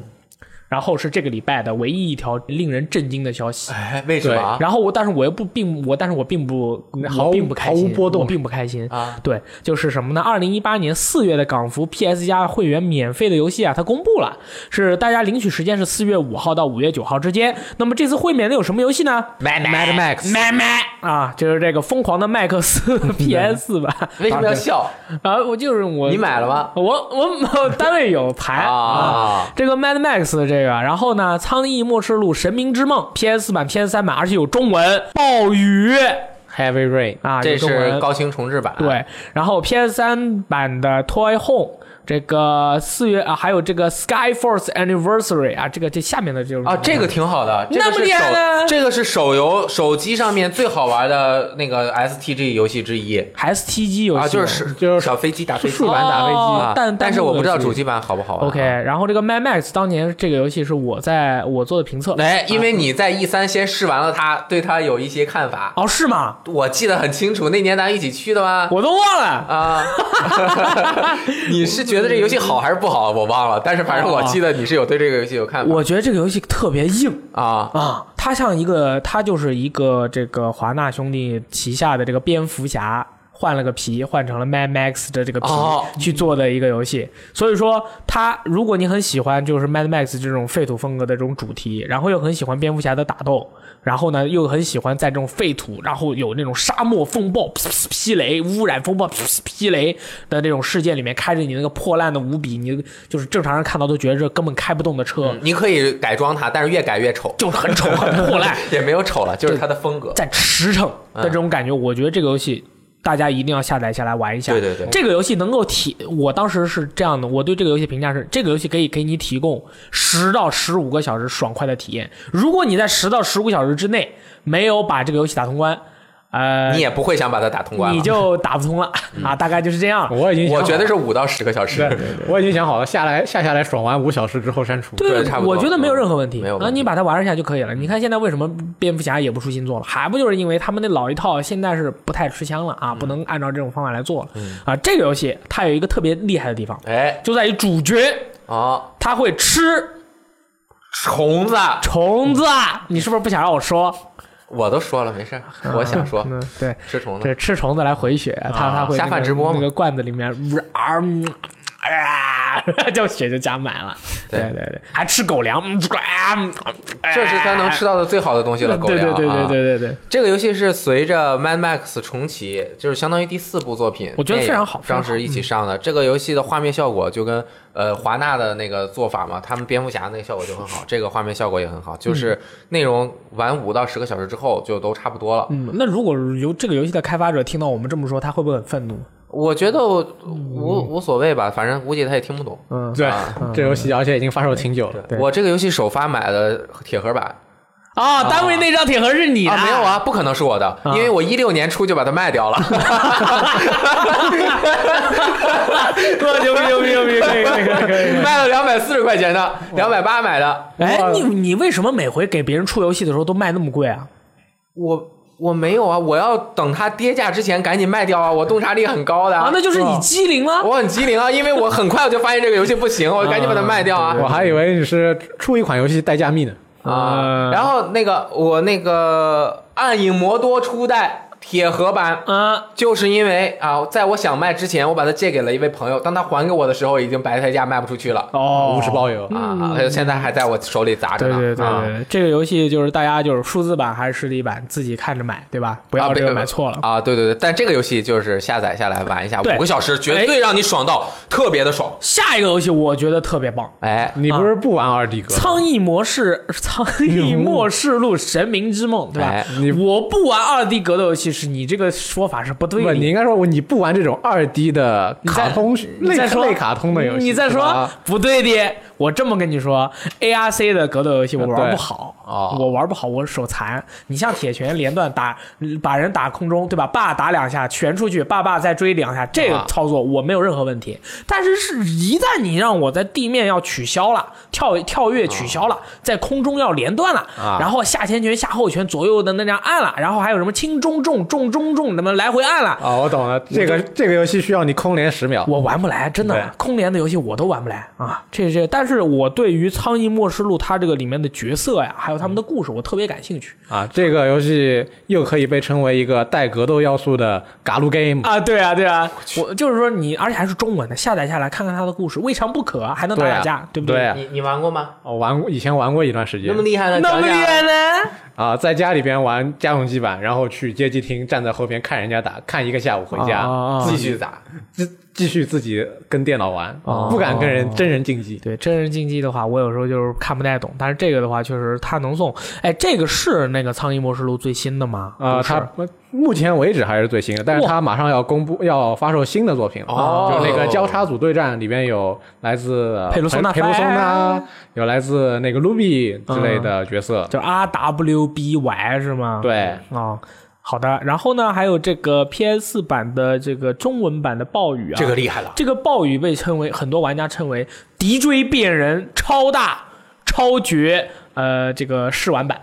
Speaker 3: 然后是这个礼拜的唯一一条令人震惊的消息，
Speaker 1: 哎，为什么啊？
Speaker 3: 然后我，但是我又不并我，但是我并不我
Speaker 2: 毫无
Speaker 3: 并不开心，
Speaker 2: 毫无波动
Speaker 3: 我并不开心
Speaker 1: 啊。
Speaker 3: 对，就是什么呢？二零一八年四月的港服 PS 加会员免费的游戏啊，它公布了，是大家领取时间是四月五号到五月九号之间。那么这次会免的有什么游戏呢？
Speaker 1: 买买
Speaker 2: Mad Max
Speaker 3: 买买啊，就是这个疯狂的麦克斯 PS 吧。
Speaker 1: 为什么要笑？
Speaker 3: 啊，我就是我，
Speaker 1: 你买了吗？
Speaker 3: 我我我单位有牌
Speaker 1: 啊
Speaker 3: 这个 Mad Max 的这个，然后呢，《苍翼末世录：神明之梦》PS 版、PS 三版，而且有中文。暴雨
Speaker 2: Heavy Rain，
Speaker 3: 啊，有
Speaker 1: 这
Speaker 3: 中
Speaker 1: 是
Speaker 3: 文。
Speaker 1: 高清重制版，，
Speaker 3: 对，然后 PS 三版的 Toy Home。这个四月啊，还有这个 Skyforce Anniversary 啊，这个这下面的这种
Speaker 1: 啊，这个挺好的，这个
Speaker 3: 那么
Speaker 1: 是
Speaker 3: 厉害
Speaker 1: 手
Speaker 3: 呢
Speaker 1: 这个是手游手机上面最好玩的那个 STG 游戏之一
Speaker 3: 还 STG 游戏
Speaker 1: 啊，就是
Speaker 3: 吗
Speaker 1: 是
Speaker 2: 就是
Speaker 1: 小飞机打飞机，
Speaker 2: 竖版打飞机
Speaker 3: 哦
Speaker 1: 啊，
Speaker 3: 但
Speaker 1: 但是我不知道
Speaker 3: 主
Speaker 1: 主机版好不好玩啊。
Speaker 3: OK，然后这个 Mad Max 当年这个游戏是我在我做的评测，
Speaker 1: 哎，因为你在 E 三先试完了它，对它有一些看法，
Speaker 3: 哦是吗？
Speaker 1: 我记得很清楚，那年咱一起去的吗？
Speaker 3: 我都忘了。
Speaker 1: 啊， 你是觉得这游戏好还是不好？我忘了，但是反正
Speaker 2: 哦
Speaker 1: 我记得你是有对这个游戏有看法
Speaker 3: 我觉得这个游戏特别硬
Speaker 1: 啊。
Speaker 3: 啊，它像一个，它就是一个这个华纳兄弟旗下的这个蝙蝠侠。换了个皮，换成了 Mad Max 的这个皮、
Speaker 1: 哦
Speaker 3: 去做的一个游戏，所以说它，如果你很喜欢就是 Mad Max 这种废土风格的这种主题，然后又很喜欢蝙蝠侠的打斗，然后呢又很喜欢在这种废土，然后有那种沙漠风暴、噗噗霹雷、污染风暴、噗噗霹雷的这种世界里面开着你那个破烂的无比，你就是正常人看到都觉得这根本开不动的车，
Speaker 1: 嗯你可以改装它，但是越改越丑，
Speaker 3: 就是很丑很破烂，
Speaker 1: 也没有丑了，就是它的风格。
Speaker 3: 在驰骋
Speaker 1: 嗯
Speaker 3: 的这种感觉，我觉得这个游戏。大家一定要下载下来玩一下。
Speaker 1: 对对对
Speaker 3: 这个游戏能够提，我当时是这样的，我对这个游戏评价是，这个游戏可以给你提供十到十五个小时爽快的体验。如果你在十到十五小时之内没有把这个游戏打通关，呃，
Speaker 1: 你也不会想把它打通关了。
Speaker 3: 你就打不通了、啊，大概就是这样。
Speaker 2: 我已经想
Speaker 1: 我
Speaker 2: 好
Speaker 1: 觉得是五到十个小时，
Speaker 2: 对，我已经想好了，下来下下来爽完五小时之后删除。
Speaker 3: 对
Speaker 1: 对差不多
Speaker 3: 我觉得没有任何问题。啊
Speaker 1: 嗯没有问题
Speaker 3: 那你把它玩一下就可以了。你看现在为什么蝙蝠侠也不出新作了，还不就是因为他们那老一套现在是不太吃香了啊，不
Speaker 1: 嗯
Speaker 3: 能按照这种方法来做了啊。这个游戏它有一个特别厉害的地方，
Speaker 1: 哎，
Speaker 3: 就在于主角
Speaker 1: 啊，
Speaker 3: 他会吃
Speaker 1: 虫子，
Speaker 3: 虫子，啊你是不是不想让我说？
Speaker 1: 我都说了，没 事儿，我想说
Speaker 3: 嗯，对。
Speaker 1: 吃虫子
Speaker 3: 对，吃虫子来回血，啊他他会
Speaker 1: 下
Speaker 3: 那个
Speaker 1: 饭直播嘛
Speaker 3: 那个罐子里面，啊，嗯啊， 就血就加满了。对
Speaker 1: 对
Speaker 3: 对对，还吃狗粮，嗯啊，嗯啊
Speaker 1: 这是他能吃到的最好的东西了，狗
Speaker 3: 对
Speaker 1: 粮
Speaker 3: 对对对
Speaker 1: 啊
Speaker 3: 对对对。
Speaker 1: 这个游戏是随着 Mad Max 重启，就是相当于第四部作品，
Speaker 3: 我觉得非常好
Speaker 1: 电影当时一起上的。这个游戏的画面效果就跟呃华纳的那个做法嘛，他们蝙蝠侠那个效果就很好， 这个画面效果也很好，
Speaker 3: 嗯
Speaker 1: 就是内容玩五到十个小时之后就都差不多了。
Speaker 3: 嗯，那如果由这个游戏的开发者听到我们这么说，他会不会很愤怒？
Speaker 1: 我觉得我无无所谓吧，反正估计他也听不懂。
Speaker 3: 嗯，
Speaker 2: 对
Speaker 1: 啊，
Speaker 2: 这游戏而且已经发售挺久了。
Speaker 3: 对
Speaker 1: 我这个游戏首发买的铁盒版，
Speaker 3: 啊，单位那张铁盒是你的？
Speaker 1: 啊，没有啊，不可能是我的，因为我一六年初就把它卖掉了。
Speaker 3: 哇，牛逼牛逼牛逼，可以可以可以可 以。
Speaker 1: 卖了两百四十块钱的，两百八买的，
Speaker 3: 哎，你你为什么每回给别人出游戏的时候都卖那么贵啊？
Speaker 1: 我我没有啊，我要等它跌价之前赶紧卖掉啊，我洞察力很高的
Speaker 3: 啊，哦那就是你机灵了。
Speaker 1: 我很机灵啊，因为我很快我就发现这个游戏不行，我赶紧把它卖掉啊
Speaker 2: 嗯我还以为你是出一款游戏带加密呢。呃
Speaker 1: 啊！然后那个我那个《暗影魔多》初代铁盒版，
Speaker 3: 啊，
Speaker 1: 就是因为啊，在我想卖之前，我把它借给了一位朋友，当他还给我的时候，已经白菜价卖不出去了。
Speaker 3: 哦
Speaker 2: 五十包邮，
Speaker 1: 啊，他现在还在我手里砸着
Speaker 3: 对
Speaker 1: 呢。
Speaker 3: 对对对，
Speaker 1: 啊
Speaker 3: 对这个游戏就是大家就是数字版还是实体版，自己看着买，对吧？不
Speaker 1: 啊
Speaker 3: 要这
Speaker 1: 别
Speaker 3: 个买错了。
Speaker 1: 啊！对对对，但这个游戏就是下载下来玩一下，
Speaker 3: 对
Speaker 1: 五个小时绝对让你爽到特别的爽。
Speaker 3: 下一个游戏我觉得特别棒，
Speaker 1: 哎，
Speaker 2: 你不是不玩二 D 哥吗？
Speaker 3: 苍翼模式， 苍翼末世录，神明之梦，对吧？
Speaker 1: 哎
Speaker 2: 你
Speaker 3: 我不玩二 D 格斗游戏，是你这个说法是不对
Speaker 2: 不，
Speaker 3: 的。
Speaker 2: 你应该说我你不玩这种二 D 的卡通
Speaker 3: 你
Speaker 2: 类
Speaker 3: 再说
Speaker 2: 类卡通的游戏，
Speaker 3: 你再
Speaker 2: 是
Speaker 3: 说
Speaker 2: 吧
Speaker 3: 不对的，我这么跟你说，ARC 的格斗游戏我玩不好，
Speaker 1: 哦
Speaker 3: 我玩不好，我手残。你像铁拳连段打，把人打空中，对吧？爸打两下，拳出去，爸爸再追两下，这个
Speaker 1: 啊
Speaker 3: 操作我没有任何问题。但是是一旦你让我在地面要取消了，跳跳跃取消
Speaker 2: 啊
Speaker 3: 了，在空中要连段了，
Speaker 1: 啊
Speaker 3: 然后下前拳、下后拳、左右的那样按了，然后还有什么轻中重、重中重，那么来回按了，
Speaker 2: 啊，我懂了，这个这个游戏需要你空连十秒，
Speaker 3: 我玩不来，真的
Speaker 2: 对，
Speaker 3: 空连的游戏我都玩不来啊。这这，但是我对于《苍蝇末世录》它这个里面的角色呀，还有他们的故事，我特别感兴趣
Speaker 2: 啊，这个游戏又可以被称为一个带格斗要素的嘎撸 game，
Speaker 3: 啊。对啊，对啊，我就是说你，而且还是中文的，下载下来看看它的故事，未尝不可啊，还能打
Speaker 2: 对啊
Speaker 3: 打架，对不
Speaker 2: 对啊
Speaker 1: 你你玩过吗？
Speaker 2: 我玩过以前玩过一段时间
Speaker 1: 那么厉害呢？
Speaker 3: 那么
Speaker 1: 讲
Speaker 3: 厉
Speaker 1: 讲
Speaker 3: 害呢？
Speaker 2: 啊，在家里边玩家用机版，然后去街机厅站在后边看人家打，看一个下午回家，
Speaker 3: 啊
Speaker 1: 继续砸。
Speaker 2: 继继续自己跟电脑玩，
Speaker 3: 啊
Speaker 2: 不敢跟人真人竞技。
Speaker 3: 对真人竞技的话，我有时候就是看不太懂，但是这个的话，确实它能送。哎，这个是那个《苍蝇末世录》最新的吗？
Speaker 2: 啊、
Speaker 3: 不是
Speaker 2: 它目前为止还是最新的，但是它马上要公布要发售新的作品了，
Speaker 1: 哦
Speaker 2: 就是那个交叉组对战里边有来自呃
Speaker 3: 佩鲁索纳
Speaker 2: 佩鲁索
Speaker 3: Fire
Speaker 2: 纳，有来自那个 Ruby 之类的
Speaker 3: 嗯
Speaker 2: 角色，
Speaker 3: 就是 R W B Y 是吗？
Speaker 2: 对，
Speaker 3: 啊、好的。然后呢，还有这个 PS 版的这个中文版的暴雨啊，
Speaker 1: 这个厉害了。
Speaker 3: 这个暴雨被称为很多玩家称为敌追变人超大超绝呃这个试玩版，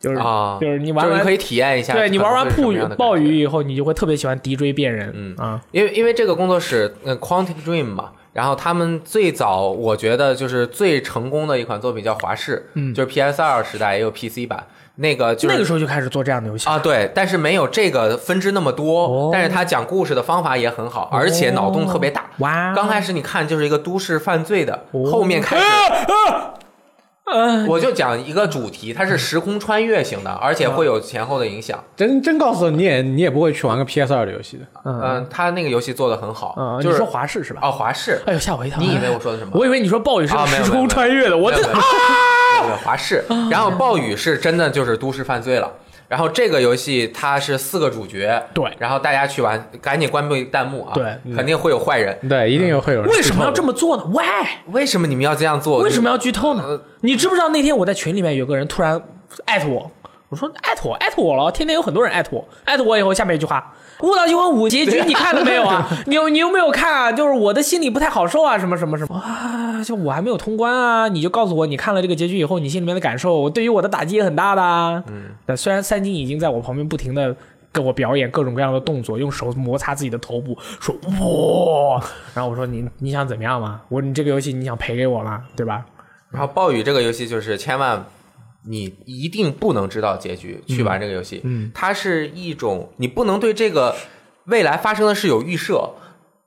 Speaker 3: 就是、
Speaker 1: 啊
Speaker 3: 就是你玩
Speaker 1: 就是
Speaker 3: 完
Speaker 1: 你可以体验一下，
Speaker 3: 对你玩完
Speaker 1: 可能
Speaker 3: 暴
Speaker 1: 会是什么
Speaker 3: 雨
Speaker 1: 样的感觉
Speaker 3: 暴雨以后，你就会特别喜欢敌追变人，
Speaker 1: 嗯
Speaker 3: 啊。
Speaker 1: 因为因为这个工作室，嗯、Quantic Dream 嘛，然后他们最早我觉得就是最成功的一款作品叫《华氏》，
Speaker 3: 嗯
Speaker 1: 就是 PS 二时代也有 PC 版，那个就是
Speaker 3: 那个时候就开始做这样的游戏，
Speaker 1: 啊，对，但是没有这个分支那么多，
Speaker 3: 哦
Speaker 1: 但是他讲故事的方法也很好，而且脑洞特别大。
Speaker 3: 哇！
Speaker 1: 刚开始你看就是一个都市犯罪的，
Speaker 3: 哦啊
Speaker 1: 后面开始
Speaker 3: 呃，
Speaker 1: 我就讲一个主题，它是时空穿越型的，而且会有前后的影响。
Speaker 2: 真真告诉你也你也不会去玩个 PS 二的游戏的，
Speaker 1: 嗯、
Speaker 3: 嗯
Speaker 1: 他那个游戏做的很好，
Speaker 3: 嗯，
Speaker 1: 就
Speaker 3: 你
Speaker 1: 是
Speaker 3: 说华氏是吧？
Speaker 1: 哦，华氏，
Speaker 3: 哎呦，吓我一跳！
Speaker 1: 你以为我说的什么？
Speaker 3: 我以为你说暴雨是
Speaker 1: 啊
Speaker 3: 个
Speaker 1: 没有
Speaker 3: 时
Speaker 1: 没有没有
Speaker 3: 空穿越的，我啊
Speaker 1: 没有
Speaker 3: 这
Speaker 1: 没有对华氏，
Speaker 3: 啊
Speaker 1: 然后暴雨是真的就是都市犯罪了。然后这个游戏它是四个主角，
Speaker 3: 对
Speaker 1: 然后大家去玩，赶紧关闭弹幕啊，
Speaker 3: 对
Speaker 1: 肯定会有坏人。
Speaker 2: 对，一定有会有人
Speaker 3: 嗯 为什么要这
Speaker 2: 么
Speaker 3: 么做呢？Why？
Speaker 1: 为什么你们要这样做？
Speaker 3: 为什么要剧透呢？你知不知道那天我在群里面有个人突然艾特我，我说艾特我艾特我了，天天有很多人艾特我，艾特我以后下面一句话。《误导惊魂五》结局你看了没有啊？你有你有没有看啊？就是我的心里不太好受啊，什么什么什么啊，就我还没有通关啊，你就告诉我你看了这个结局以后你心里面的感受，对于我的打击也很大的啊。嗯，但虽然三金已经在我旁边不停的跟我表演各种各样的动作，用手摩擦自己的头部，说哇，然后我说你你想怎么样嘛？我说你这个游戏你想赔给我吗？对吧？
Speaker 1: 然后暴雨这个游戏就是千万你一定不能知道结局去玩这个游戏，嗯，它是一种你不能对这个未来发生的事有预设，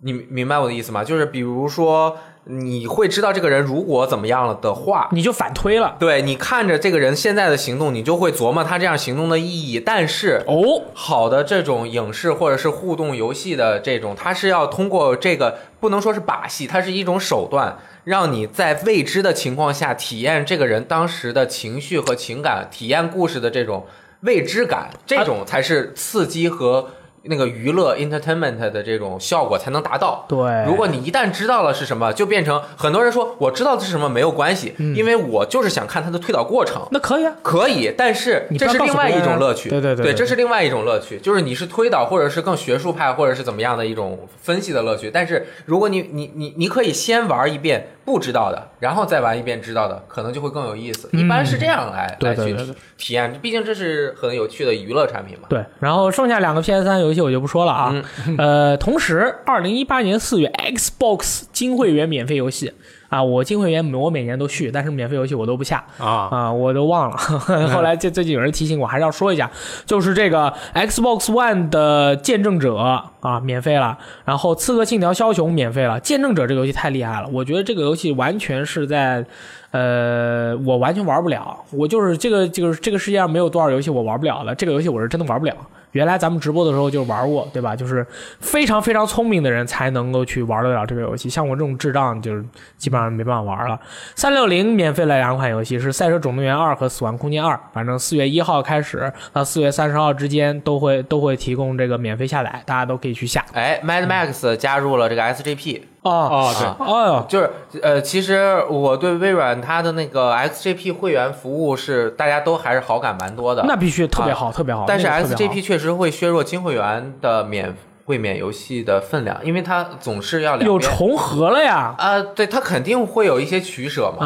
Speaker 1: 你明白我的意思吗？就是比如说你会知道这个人如果怎么样了的话，
Speaker 3: 你就反推了
Speaker 1: 对你看着这个人现在的行动，你就会琢磨他这样行动的意义，但是。
Speaker 3: 哦。
Speaker 1: 好的，这种影视或者是互动游戏的这种，它是要通过这个不能说是把戏，它是一种手段，让你在未知的情况下体验这个人当时的情绪和情感，体验故事的这种未知感，这种才是刺激和那个娱乐 entertainment 的这种效果才能达到。
Speaker 3: 对
Speaker 1: 如果你一旦知道了是什么，就变成很多人说我知道的是什么没有关系，因为我就是想看它的推导过程。
Speaker 3: 那可以啊，
Speaker 1: 可以，但是
Speaker 3: 你
Speaker 1: 这
Speaker 3: 不要
Speaker 1: 是
Speaker 3: 告诉
Speaker 1: 另外
Speaker 3: 别
Speaker 1: 一
Speaker 3: 人
Speaker 1: 种乐趣。
Speaker 3: 对对对
Speaker 1: 对
Speaker 3: 对
Speaker 1: 这是另外一种乐趣，就是你是推导或者是更学术派或者是怎么样的一种分析的乐趣。但是如果你你你你可以先玩一遍不知道的，然后再玩一遍知道的，可能就会更有意思。一般是这样来、
Speaker 3: 嗯对
Speaker 1: 来
Speaker 3: 对
Speaker 1: 去
Speaker 3: 对对
Speaker 1: 体验，毕竟这是很有趣的娱乐产品嘛。
Speaker 3: 对，然后剩下两个 PS 三游戏我就不说了啊。呃，同时，二零一八年四月，Xbox 金会员免费游戏啊，我金会员我每年都续，但是免费游戏我都不下
Speaker 2: 啊，
Speaker 3: 啊，我都忘了。 后来这最近有人提醒我，还是要说一下，就是这个 Xbox One 的《见证者》啊，免费了，然后《刺客信条：枭雄》免费了，《见证者》这个游戏太厉害了，我觉得这个游戏完全是在。呃，我完全玩不了，我就是这个这个这个世界上没有多少游戏我玩不了的，这个游戏我是真的玩不了。原来咱们直播的时候就玩过，对吧？就是非常非常聪明的人才能够去玩得了这个游戏，像我这种智障就是基本上没办法玩了。三六零免费了两款游戏是《赛车总动员二》和《死亡空间二》，反正四月一号开始到四月三十号之间都会都会提供这个免费下载，大家都可以去下。
Speaker 1: 哎，Mad Max 加入了这个 SGP，
Speaker 3: 哦
Speaker 2: 哦，对
Speaker 1: 啊，
Speaker 3: 哦哟，
Speaker 1: 就是呃，其实我对微软它的那个 XGP 会员服务是大家都还是好感蛮多的。
Speaker 3: 那必须特别好，特别好。
Speaker 1: 啊但是
Speaker 3: 那个特别好
Speaker 1: SGP 确实会削弱金会员的免会免游戏的分量，因为它总是要两
Speaker 3: 有
Speaker 1: 边
Speaker 3: 重合了呀。
Speaker 1: 啊、对，它肯定会有一些取舍嘛。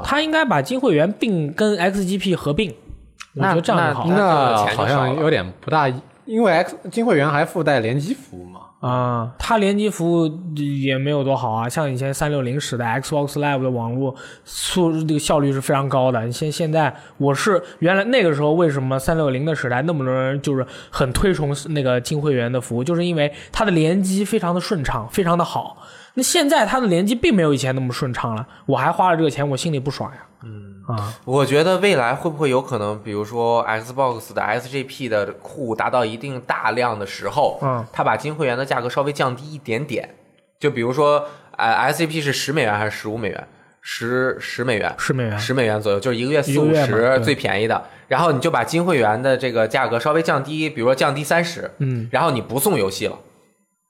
Speaker 3: 嗯，他应该把金会员并跟 XGP 合并，我
Speaker 1: 那
Speaker 3: 觉得这样就好
Speaker 1: 那
Speaker 2: 那
Speaker 1: 钱就少
Speaker 2: 好像
Speaker 1: 了
Speaker 2: 有点不大，因为 X 金会员还附带联机服务嘛。
Speaker 3: 啊。他联机服务也没有多好啊，像以前三六零时代 Xbox Live 的网络速这个效率是非常高的。你现现在我是原来那个时候为什么三六零的时代那么多人就是很推崇那个金会员的服务，就是因为它的联机非常的顺畅，非常的好。那现在它的联机并没有以前那么顺畅了，我还花了这个钱，我心里不爽呀。嗯啊，
Speaker 1: 我觉得未来会不会有可能，比如说 Xbox 的 SGP 的库达到一定大量的时候，
Speaker 3: 嗯，
Speaker 1: 它把金会员的价格稍微降低一点点，就比如说，呃，SGP 是十美元还是十五美元？十十美元，
Speaker 3: 是美元。
Speaker 1: 十美元左右，就是一个月
Speaker 3: 一
Speaker 1: 四
Speaker 3: 个
Speaker 1: 五
Speaker 3: 月嘛
Speaker 1: 十
Speaker 3: 对
Speaker 1: 最便宜的。然后你就把金会员的这个价格稍微降低，比如说降低三十，
Speaker 3: 嗯，
Speaker 1: 然后你不送游戏了，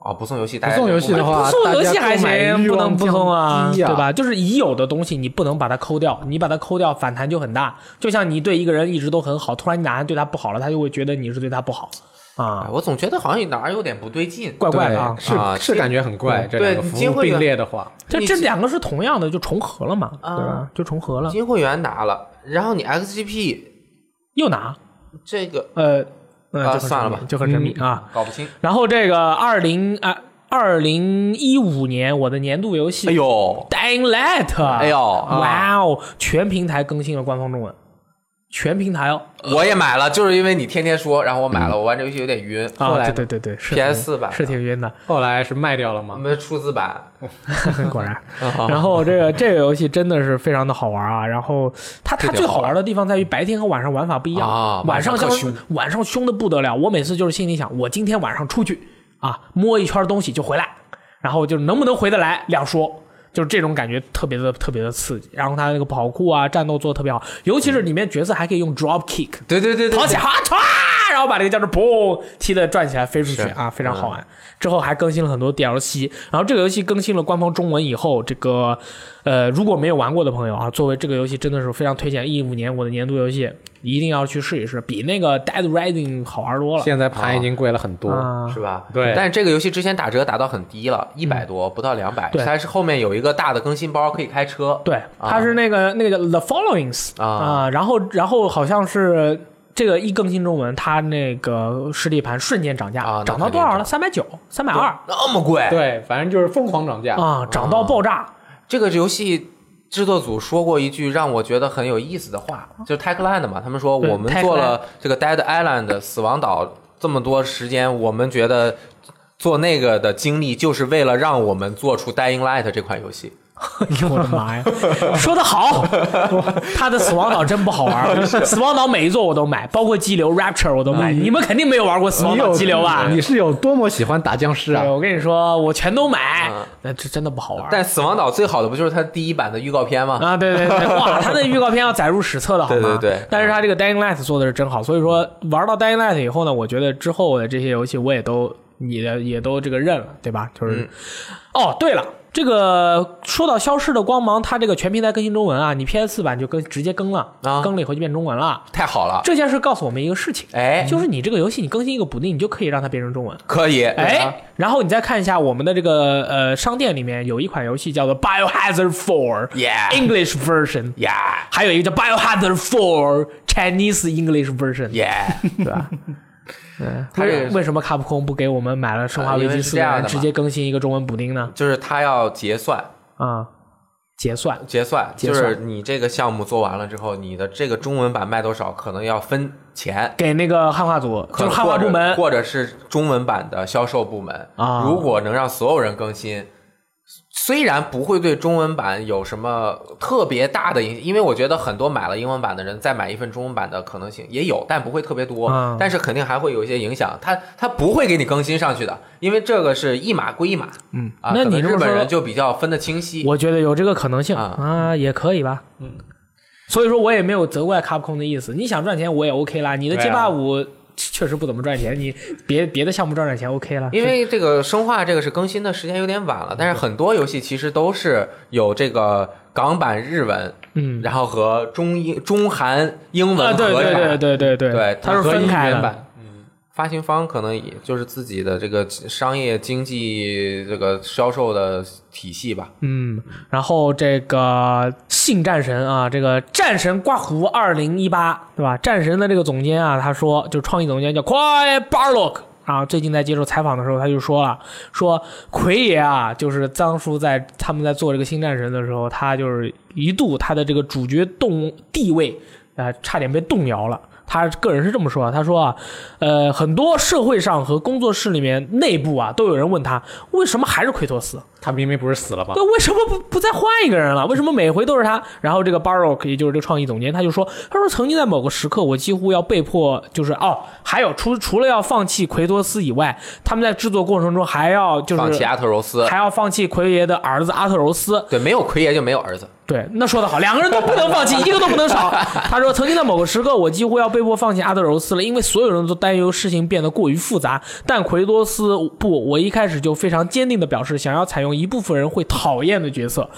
Speaker 1: 哦，不送游戏，大
Speaker 2: 不
Speaker 1: 家
Speaker 2: 送游戏的话，
Speaker 3: 不送游戏
Speaker 2: 大家
Speaker 3: 还
Speaker 2: 购买
Speaker 3: 行，
Speaker 2: 欲
Speaker 3: 不
Speaker 2: 望
Speaker 3: 能不送啊，
Speaker 2: 降低
Speaker 3: 对
Speaker 2: 啊？
Speaker 3: 吧？就是已有的东西你不能把它抠掉，你把它抠掉反弹就很大。就像你对一个人一直都很好，突然你哪天对他不好了，他就会觉得你是对他不好
Speaker 1: 哎
Speaker 3: 啊，
Speaker 1: 我总觉得好像哪儿有点不对劲。
Speaker 3: 怪怪的啊。嗯
Speaker 2: 是
Speaker 1: 啊
Speaker 2: 是
Speaker 1: 金
Speaker 2: 感觉很怪，这
Speaker 1: 对
Speaker 2: 两个服
Speaker 1: 金
Speaker 2: 务
Speaker 1: 会员
Speaker 2: 并列的话，
Speaker 3: 这
Speaker 1: 你
Speaker 3: 这两个是同样的，就重合了嘛，
Speaker 1: 啊
Speaker 3: 对吧？就重合了，
Speaker 1: 金会员拿了，然后你 XGP
Speaker 3: 又拿
Speaker 1: 这个
Speaker 3: 呃呃
Speaker 1: 啊
Speaker 3: 就很神秘
Speaker 1: 算了吧嗯
Speaker 3: 就很神秘啊。
Speaker 1: 搞不清。
Speaker 3: 然后这个二零啊二零一五年我的年度游戏
Speaker 1: 哎呦，
Speaker 3: Dying Light，
Speaker 1: 哎呦，
Speaker 3: 哇哦，全平台更新了官方中文，全平台哦。
Speaker 1: 我也买了，就是因为你天天说，然后我买了，我玩这游戏有点晕。
Speaker 3: 嗯啊
Speaker 1: 后，来
Speaker 3: 对对对对是
Speaker 1: PS4 版
Speaker 3: 是挺 晕的，
Speaker 2: 后来是卖掉了
Speaker 1: 我
Speaker 2: 吗？
Speaker 1: 们出资版，
Speaker 3: 果然。
Speaker 1: 啊
Speaker 3: 然后这个这个游戏真的是非常的好玩啊，然后它
Speaker 1: 这
Speaker 3: 它
Speaker 1: 挺
Speaker 3: 最好
Speaker 1: 好
Speaker 3: 玩的地方在于白天和晚上玩法不一样，
Speaker 1: 啊
Speaker 3: 晚上
Speaker 1: 晚上
Speaker 3: 像
Speaker 1: 特
Speaker 3: 是晚上凶的不得了，我每次就是心里想，我今天晚上出去啊摸一圈东西就回来，然后就能不能回得来两说。就是这种感觉特别的特别的刺激，然后它那个跑酷啊，战斗做的特别好，尤其是里面角色还可以用 drop kick，
Speaker 1: 对对对对，
Speaker 3: 跑起来，啊唰，然后把这个叫做嘣踢的转起来飞出去
Speaker 1: 是嗯
Speaker 3: 啊，非常好玩。之后还更新了很多 DLC，然后这个游戏更新了官方中文以后，这个呃如果没有玩过的朋友啊，作为这个游戏真的是非常推荐，一五年我的年度游戏一定要去试一试，比那个 Dead Rising 好玩 多了
Speaker 2: 现在盘已经贵了很多，
Speaker 3: 嗯啊
Speaker 1: 是。吧？
Speaker 2: 对
Speaker 1: 但是这个游戏之前打折打到很低了，一百多，不到两百。
Speaker 3: 嗯对
Speaker 1: 它是后面有一个大的更新包可以开车。
Speaker 3: 对，它是那个、那个叫 The Followings
Speaker 1: 啊
Speaker 3: 然后然后好像是这个一更新中文，它那个实体盘瞬间涨价，
Speaker 1: 啊那
Speaker 3: 涨到
Speaker 1: 肯
Speaker 3: 多
Speaker 1: 定
Speaker 3: 少
Speaker 1: 涨
Speaker 3: 了？三百九，三百二
Speaker 1: 那么贵？
Speaker 2: 对，反正就是疯狂涨价。
Speaker 3: 啊，涨到爆炸。
Speaker 1: 这个游戏制作组说过一句让我觉得很有意思的话，就是 Techland 嘛，他们说
Speaker 3: 嗯对
Speaker 1: 我们
Speaker 3: Techland
Speaker 1: 做了这个 Dead Island 死亡岛这么多时间，我们觉得做那个的经历就是为了让我们做出 Dying Light 这款游戏。
Speaker 3: 哎我的妈呀！说的好，他的死亡岛真不好玩。死亡岛每一座我都买，包括激流 Rapture 我都买。你们肯定没有玩过死亡
Speaker 2: 哎你
Speaker 3: 岛
Speaker 2: 有
Speaker 3: 激流啊吧？
Speaker 2: 你是有多么喜欢打僵尸啊
Speaker 3: 对，？我跟你说，我全都买
Speaker 1: 嗯，
Speaker 3: 那这真的不好玩。
Speaker 1: 但《死亡岛》最好的不就是它第一版的预告片吗？
Speaker 3: 啊，对 对对，哇，他那预告片要载入史册的好吗？
Speaker 1: 对对对
Speaker 3: 但是他这个 Dying Light 做的是真好，所以说玩到 Dying Light 以后呢，我觉得之后的这些游戏我也都也也都这个认了，对吧？
Speaker 1: 嗯
Speaker 3: 就是，哦，对了。这个说到《消失的光芒》，它这个全平台更新中文啊，你 PS 4版就更直接更了，
Speaker 1: 啊
Speaker 3: 更了以后就变中文了。
Speaker 1: 太好了，
Speaker 3: 这件事告诉我们一个事情，
Speaker 1: 哎，
Speaker 3: 就是你这个游戏你更新一个补丁，你就可以让它变成中文。
Speaker 1: 可以，
Speaker 3: 哎，然后你再看一下我们的这个呃商店里面有一款游戏叫做《Biohazard Four》
Speaker 1: ，yeah
Speaker 3: English Version，
Speaker 1: yeah
Speaker 3: 还有一个叫 Biohazard Four Chinese English Version，、
Speaker 1: yeah，
Speaker 3: 对吧？嗯，
Speaker 1: 它这
Speaker 3: 为
Speaker 1: 个
Speaker 3: 为什么卡普空不给我们买了《生化
Speaker 1: 啊
Speaker 3: 危
Speaker 1: 因为
Speaker 3: 机
Speaker 1: 是
Speaker 3: 四
Speaker 1: 这》样的嘛
Speaker 3: 直接更新一个中文补丁呢？
Speaker 1: 就是它要结算，
Speaker 3: 啊，结算
Speaker 1: 结算
Speaker 3: 结
Speaker 1: 就
Speaker 3: 算
Speaker 1: 是你这个项目做完了之后，你的这个中文版卖多少，可能要分钱，
Speaker 3: 给那个汉化组，
Speaker 1: 可
Speaker 3: 就
Speaker 1: 能
Speaker 3: 是汉化部门
Speaker 1: 或者或者是中文版的销售部门
Speaker 3: 啊
Speaker 1: 如果能让所有人更新。虽然不会对中文版有什么特别大的影响，因为我觉得很多买了英文版的人再买一份中文版的可能性也有，但不会特别多。
Speaker 3: 啊
Speaker 1: 但是肯定还会有一些影响，它它不会给你更新上去的，因为这个是一码归一码。嗯啊，
Speaker 3: 那
Speaker 1: 可能
Speaker 3: 你这么
Speaker 1: 日本
Speaker 3: 说
Speaker 1: 人就比较分得清晰。
Speaker 3: 我觉得有这个可能性
Speaker 1: 啊
Speaker 3: 啊，也可以吧。嗯，所以说我也没有责怪卡普空的意思。你想赚钱，我也 OK 啦。你的
Speaker 2: 对啊
Speaker 3: 街霸五 确实不怎么赚钱，你别别的项目赚点钱 OK 啦。
Speaker 1: 因为这个生化这个是更新的时间有点晚了，但是很多游戏其实都是有这个港版日文，
Speaker 3: 嗯
Speaker 1: 然后和中英中韩英
Speaker 3: 啊，
Speaker 1: 文
Speaker 3: 对
Speaker 1: 合
Speaker 3: 对
Speaker 1: 着
Speaker 3: 对
Speaker 1: 版，
Speaker 3: 对对对
Speaker 1: 对，
Speaker 3: 它是
Speaker 1: 和
Speaker 3: 分开
Speaker 1: 英文
Speaker 3: 的。
Speaker 1: 版。嗯，发行方可能也就是自己的这个商业经济这个销售的体系吧。
Speaker 3: 嗯，然后这个性战神啊，这个战神刮胡二零一八，对吧？战神的这个总监啊，他说，就创意总监叫 Quiet Barlock 啊，最近在接受采访的时候，他就说了，说奎爷啊，就是当初在他们在做这个新战神的时候，他就是一度他的这个主角动地位呃，差点被动摇了。他个人是这么说啊，他说啊，呃，很多社会上和工作室里面内部啊，都有人问他为什么还是奎托斯，
Speaker 2: 他明明不是死了
Speaker 1: 啊
Speaker 2: 吗？
Speaker 3: 对，为什么不不再换一个人了？为什么每回都是他？然后这个 Baroque 也就是这个创意总监，他就说，他说曾经在某个时刻，我几乎要被迫就是哦，还有除除了要放弃奎托斯以外，他们在制作过程中还要就
Speaker 1: 放弃啊阿
Speaker 3: 是
Speaker 1: 特柔斯，
Speaker 3: 还要放弃奎爷的儿子阿特柔斯，
Speaker 1: 对，没有奎爷就没有儿子。
Speaker 3: 对，那说得好，两个人都不能放弃，一个都不能少。他说，曾经在某个时刻，我几乎要被迫放弃阿德柔斯了，因为所有人都担忧事情变得过于复杂。但奎多斯不，我一开始就非常坚定地表示，想要采用一部分人会讨厌的角色。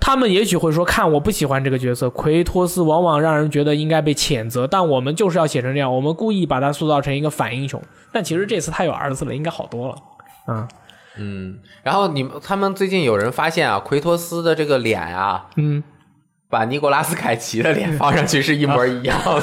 Speaker 3: 他们也许会说，看我不喜欢这个角色。奎托斯往往让人觉得应该被谴责，但我们就是要写成这样，我们故意把他塑造成一个反英雄。但其实这次他有儿子了，应该好多了。嗯，
Speaker 1: 嗯，然后你们他们最近有人发现啊，奎托斯的这个脸啊，
Speaker 3: 嗯，
Speaker 1: 把尼古拉斯凯奇的脸放上去是一模一样 的。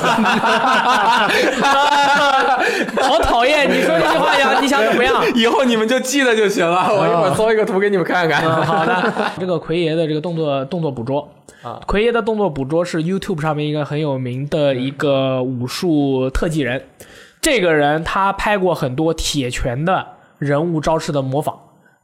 Speaker 3: 好讨厌！你说这句话呀，你想怎么样？
Speaker 1: 以后你们就记得就行了，我一会儿搜一个图给你们看
Speaker 3: 嗯，
Speaker 1: 看。
Speaker 3: 好的， 这个奎爷的这个动作动作捕捉
Speaker 1: 啊，
Speaker 3: 奎爷的动作捕捉是 YouTube 上面一个很有名的一个武术特技人，这个人他拍过很多铁拳的人物招式的模仿，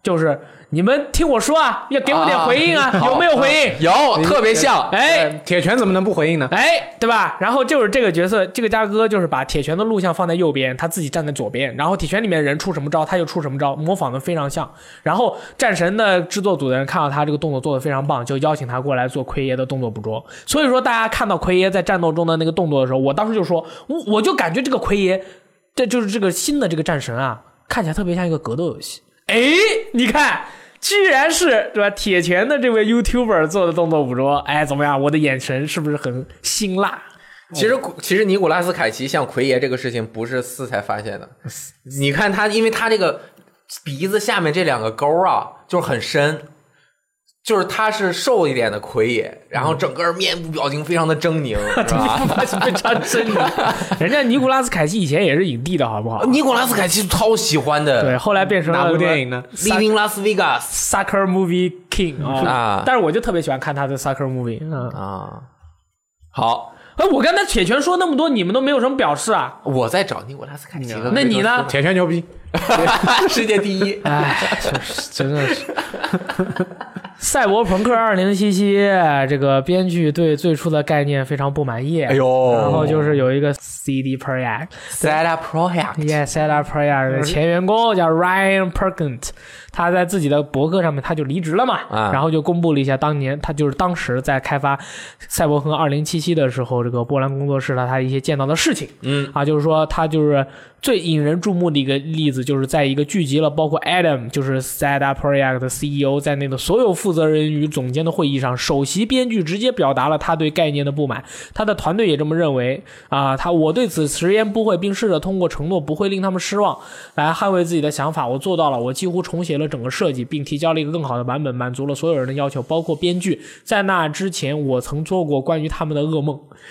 Speaker 3: 就是你们听我说啊，要给我点回应 啊，
Speaker 1: 啊好嗯
Speaker 3: 有没有回应？
Speaker 1: 有，特别像。
Speaker 3: 哎，
Speaker 2: 对，铁拳怎么能不回应呢？
Speaker 3: 哎，对吧？然后就是这个角色，这个家哥就是把铁拳的录像放在右边，他自己站在左边，然后铁拳里面人出什么招，他就出什么招，模仿的非常像。然后战神的制作组的人看到他这个动作做的非常棒，就邀请他过来做奎爷的动作捕捉。所以说，大家看到奎爷在战斗中的那个动作的时候，我当时就说，我我就感觉这个奎爷，这就是这个新的这个战神啊，看起来特别像一个格斗游戏。哎，你看，居然是对吧？铁拳的这位 YouTuber 做的动作捕捉，哎，怎么样？我的眼神是不是很辛辣？
Speaker 1: 其实其实尼古拉斯凯奇像奎爷这个事情不是四才发现的，你看他，因为他这个鼻子下面这两个沟啊，就是很深。就是他是瘦一点的奎爷，然后整个面部表情非常的狰 狞，嗯是吧？
Speaker 3: 非常狰 狞。人家尼古拉斯凯奇以前也是影帝的好不好？
Speaker 1: 尼古拉斯凯奇超喜欢的，
Speaker 3: 对，后来变成了
Speaker 2: 嗯哪部
Speaker 3: 什么
Speaker 2: 电影呢？
Speaker 1: Living Las Vegas
Speaker 3: Sucker Movie King 啊
Speaker 1: 啊，
Speaker 3: 但是我就特别喜欢看他的 Sucker Movie 啊。
Speaker 1: 啊。好，
Speaker 3: 哎，我刚才铁拳说那么多，你们都没有什么表示啊？
Speaker 1: 我在找尼古拉斯凯奇的。
Speaker 3: 那你呢？
Speaker 2: 铁拳牛逼，
Speaker 1: 世界第一。
Speaker 3: 哎，真是真的是， 赛博朋克二零七七》这个编剧对最初的概念非常不满意，
Speaker 1: 哎呦，
Speaker 3: 然后就是有一个 CD Projekt，
Speaker 1: set up project，
Speaker 3: Yes, set up prayer 的前员工叫 Ryan Perkins，他在自己的博客上面他就离职了嘛，
Speaker 1: 啊
Speaker 3: 然后就公布了一下当年他就是当时在开发《赛博朋克2077》的时候，这个波兰工作室他他一些见到的事情
Speaker 1: 嗯
Speaker 3: 啊，就是说他就是最引人注目的一个例子，就是在一个聚集了包括 Adam 就是 set up project 的 CEO 在内的所有负责人与总监的会议上，首席编剧直接表达了他对概念的不满，他的团队也这么认为啊、他我对此直言不讳，并试着通过承诺不会令他们失望来捍卫自己的想法。我做到了，我几乎重写了整个设计，并提交了一个更好的版本，满足了所有人的要求，包括编剧。在那之前，我曾做过关于他们的噩梦，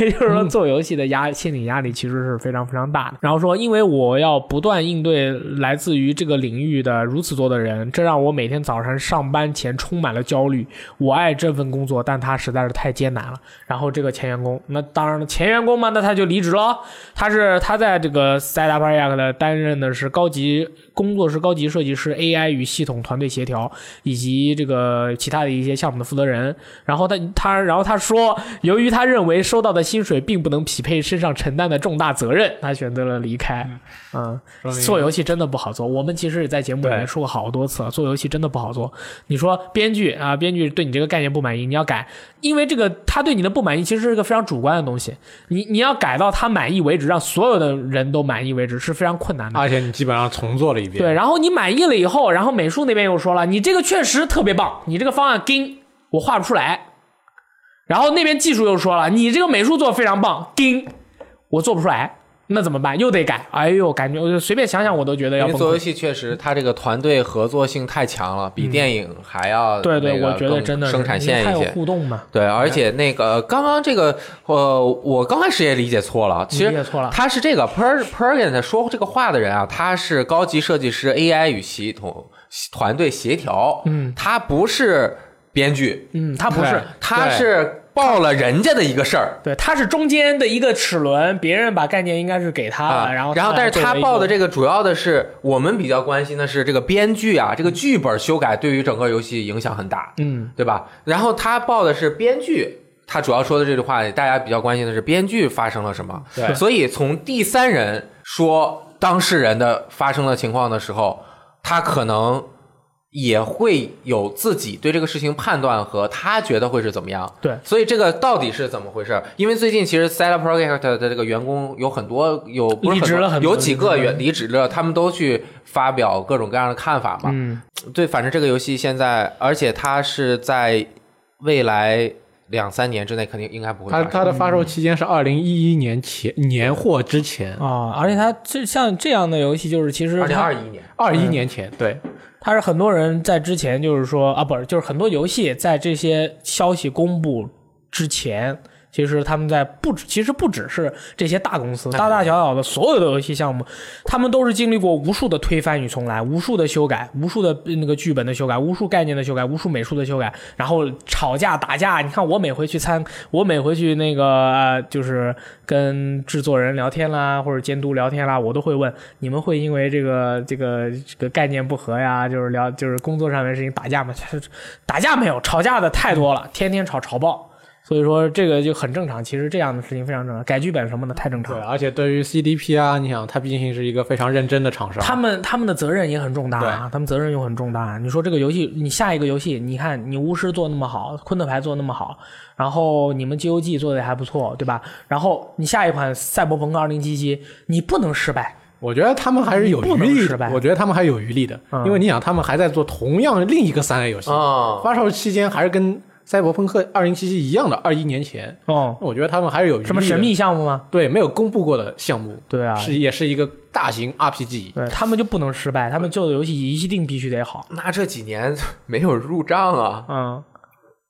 Speaker 3: 也就是说，做游戏的压心理压力其实是非常非常大的。然后说，因为我要不断应对来自于这个领域的如此多的人，这让我每天早上上班前充满了焦虑。我爱这份工作，但它实在是太艰难了。然后这个前员工，那当然了，前员工嘛，那他就离职了。他是他在这个 s i d e p r o j e c 的担任的是高级工作室高级设计师、AI 与系统团队协调以及这个其他的一些项目的负责人。然后他他然后他说，由于他认为收到的薪水并不能匹配身上承担的重大责任，他选择了离开。嗯，
Speaker 2: 说明
Speaker 3: 做游戏真的不好做。我们其实也在节目里面
Speaker 2: 对
Speaker 3: 说过好多次了，做游戏真的不好做。你说编剧啊、编剧对你这个概念不满意，你要改，因为这个他对你的不满意其实是一个非常主观的东西，你你要改到他满意为止，让所有的人都满意为止是非常困难的。
Speaker 2: 而且你基本上重做了一遍，
Speaker 1: 嗯
Speaker 3: 对，，然后你满意了以后，然后美术那边又说了，你这个确实特别棒，你这个方案钉，我画不出来。然后那边技术又说了，你这个美术做得非常棒，钉，我做不出来，那怎么办？又得改。哎呦，感觉我就随便想想我都觉得
Speaker 1: 因
Speaker 3: 要
Speaker 1: 为
Speaker 3: 崩
Speaker 1: 做游
Speaker 3: 溃。
Speaker 1: 戏确实，它这个团队合作性太强了，比电影还要
Speaker 3: 对对，
Speaker 1: 那个
Speaker 3: 我觉得
Speaker 1: 更
Speaker 3: 真的是
Speaker 1: 生产线一
Speaker 3: 因为它
Speaker 1: 些
Speaker 3: 有。互动嘛，
Speaker 1: 对，而且那个刚刚这个，呃，我刚开始也理解错了。其
Speaker 3: 你理解
Speaker 1: 实
Speaker 3: 错了
Speaker 1: 他是这个 Per Perkins 说这个话的人啊，他是高级设计师 AI 与系统团队协调，
Speaker 3: 嗯，
Speaker 1: 他不是编剧，
Speaker 3: 嗯，他不是
Speaker 2: 对，
Speaker 1: 他是报了人家的一个事儿
Speaker 3: 对，他是中间的一个齿轮，别人把概念应该是给他
Speaker 1: 啊
Speaker 3: 了，，然后
Speaker 1: 然后
Speaker 3: 来
Speaker 1: 但是
Speaker 3: 作为
Speaker 1: 他
Speaker 3: 一
Speaker 1: 报的
Speaker 3: 个
Speaker 1: 这个主要的是我们比较关心的是这个编剧啊，这个剧本修改对于整个游戏影响很大，
Speaker 3: 嗯
Speaker 1: 对吧？然后他报的是编剧，他主要说的这句话，大家比较关心的是编剧发生了什么。
Speaker 2: 对
Speaker 1: 所以从第三人说当事人的发生的情况的时候，他可能也会有自己对这个事情判断和他觉得会是怎么样。
Speaker 3: 对
Speaker 1: 所以这个到底是怎么回事？因为最近其实 s e l l Project 的这个员工有很多有不是
Speaker 3: 离职
Speaker 1: 多
Speaker 3: 了很多
Speaker 1: 有几个
Speaker 3: 离职了
Speaker 1: 员离职了，他们都去发表各种各样的看法嘛。
Speaker 3: 嗯
Speaker 1: 对，反正这个游戏现在，而且它是在未来两三年之内肯定应该不会发
Speaker 2: 它
Speaker 1: 生。
Speaker 2: 它的
Speaker 3: 嗯
Speaker 2: 发售期间是二零一一年前年货之前，
Speaker 3: 啊，而且他这像这样的游戏，就是其实
Speaker 1: 二零
Speaker 3: 它
Speaker 1: 二一年，
Speaker 2: 二一年前，对，
Speaker 3: 它是很多人在之前就是说啊，不是，就是很多游戏在这些消息公布之前，其实他们在不止，其实不只是这些大公司，大大小小的所有的游戏项目，他们都是经历过无数的推翻与重来，无数的修改，无数的呃那个剧本的修改，无数概念的修改，无数美术的修改，然后吵架打架。你看我每回去参，我每回去那个、呃、就是跟制作人聊天啦，或者监督聊天啦，我都会问你们会因为这个这个这个概念不合呀，就是聊就是工作上面的事情打架吗？打架没有，吵架的太多了，天天吵吵爆。所以说这个就很正常，其实这样的事情非常正常，改剧本什么的太正常
Speaker 2: 对，
Speaker 3: 了。
Speaker 2: 而且对于 CDP 啊，你想，它毕竟是一个非常认真的厂商，
Speaker 3: 他们他们的责任也很重大啊，他们责任又很重大。你说这个游戏，你下一个游戏，你看你巫师做那么好，昆特牌做那么好，然后你们 GOG 做的也还不错，对吧？然后你下一款赛博朋克二零七七，你不能失败，
Speaker 2: 我觉得他们还是有
Speaker 3: 你不
Speaker 2: 余
Speaker 3: 能
Speaker 2: 力
Speaker 3: 失败
Speaker 2: 的，我觉得他们还有余力的，
Speaker 3: 嗯
Speaker 2: 因为你想，他们还在做同样另一个三 A 游戏，
Speaker 1: 哦
Speaker 2: 发售期间还是跟《赛博朋克二零七七》一样的，二一年前，
Speaker 3: 哦，
Speaker 2: 我觉得他们还是有余力的
Speaker 3: 什么神秘项目吗？
Speaker 2: 对没有公布过的项目，
Speaker 3: 对啊，
Speaker 2: 是也是一个大型 RPG，
Speaker 3: 对他们就不能失败，他们做的游戏一定必须得好。
Speaker 1: 那这几年没有入账啊
Speaker 3: 嗯，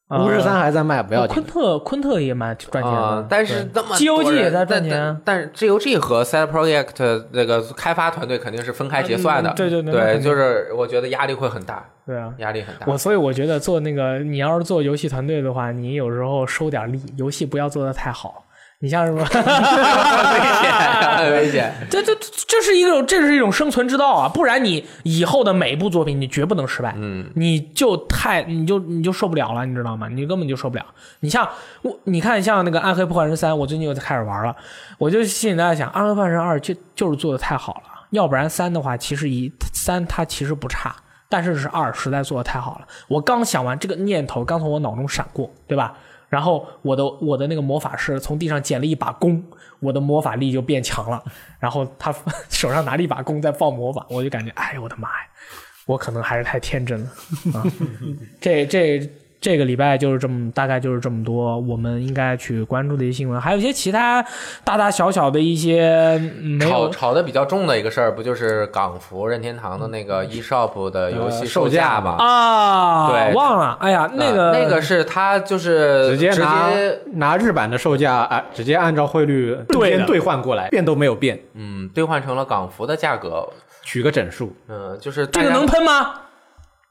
Speaker 3: 呃
Speaker 2: 巫师三还在卖，不要紧
Speaker 3: 昆。特昆特也蛮赚钱的
Speaker 1: 啊，！但是那么
Speaker 3: G O
Speaker 1: 多
Speaker 3: G
Speaker 1: 人
Speaker 3: 也在赚
Speaker 1: 但
Speaker 3: 钱啊，
Speaker 1: 但但是 G O G 和 Side Project 那个开发团队肯定是分开结算的，
Speaker 3: 嗯对对对那肯
Speaker 1: 对，
Speaker 3: 定
Speaker 1: 就是我觉得压力会很大，
Speaker 3: 对啊。
Speaker 1: 压力很大。
Speaker 3: 我所以我觉得做那个，你要是做游戏团队的话，你有时候收点力，游戏不要做的太好，你像什么？
Speaker 1: 危险，很危险。
Speaker 3: 这这这是一种这是一种生存之道啊！不然你以后的每一部作品你绝不能失败，嗯，你就太你就你就受不了了，你知道吗？你根本就受不了。你像我，你看像那个《暗黑破坏神三》，我最近又开始玩了，我就心里在想，《暗黑破坏神二》就就是做的太好了，要不然三的话，其实一三它其实不差。但是是二实在做的太好了，我刚想完这个念头，刚从我脑中闪过，对吧？然后我的我的那个魔法师从地上捡了一把弓，我的魔法力就变强了。然后他 手上拿着一把弓在放魔法，我就感觉，哎呦我的妈呀，我可能还是太天真了啊！这这这个礼拜就是这么大概就是这么多，我们应该去关注的一些新闻，还有一些其他大大小小的一些嗯没
Speaker 1: 炒
Speaker 3: 有
Speaker 1: 炒的比较重的一个事儿，不就是港服任天堂的那个 eShop 的游戏
Speaker 2: 呃
Speaker 1: 售
Speaker 2: 售价
Speaker 1: 价吗？
Speaker 3: 啊，
Speaker 1: 对
Speaker 3: 忘了，哎呀，那个、
Speaker 1: 呃那个是它就是
Speaker 2: 直接
Speaker 1: 直
Speaker 2: 拿
Speaker 1: 接
Speaker 2: 拿日版的售价啊，直接按照汇率
Speaker 3: 对的
Speaker 2: 对兑换过来，变都没有变，
Speaker 1: 嗯兑换成了港服的价格，
Speaker 2: 取个整数。
Speaker 1: 嗯、就是大
Speaker 3: 这
Speaker 1: 家
Speaker 3: 个能喷吗？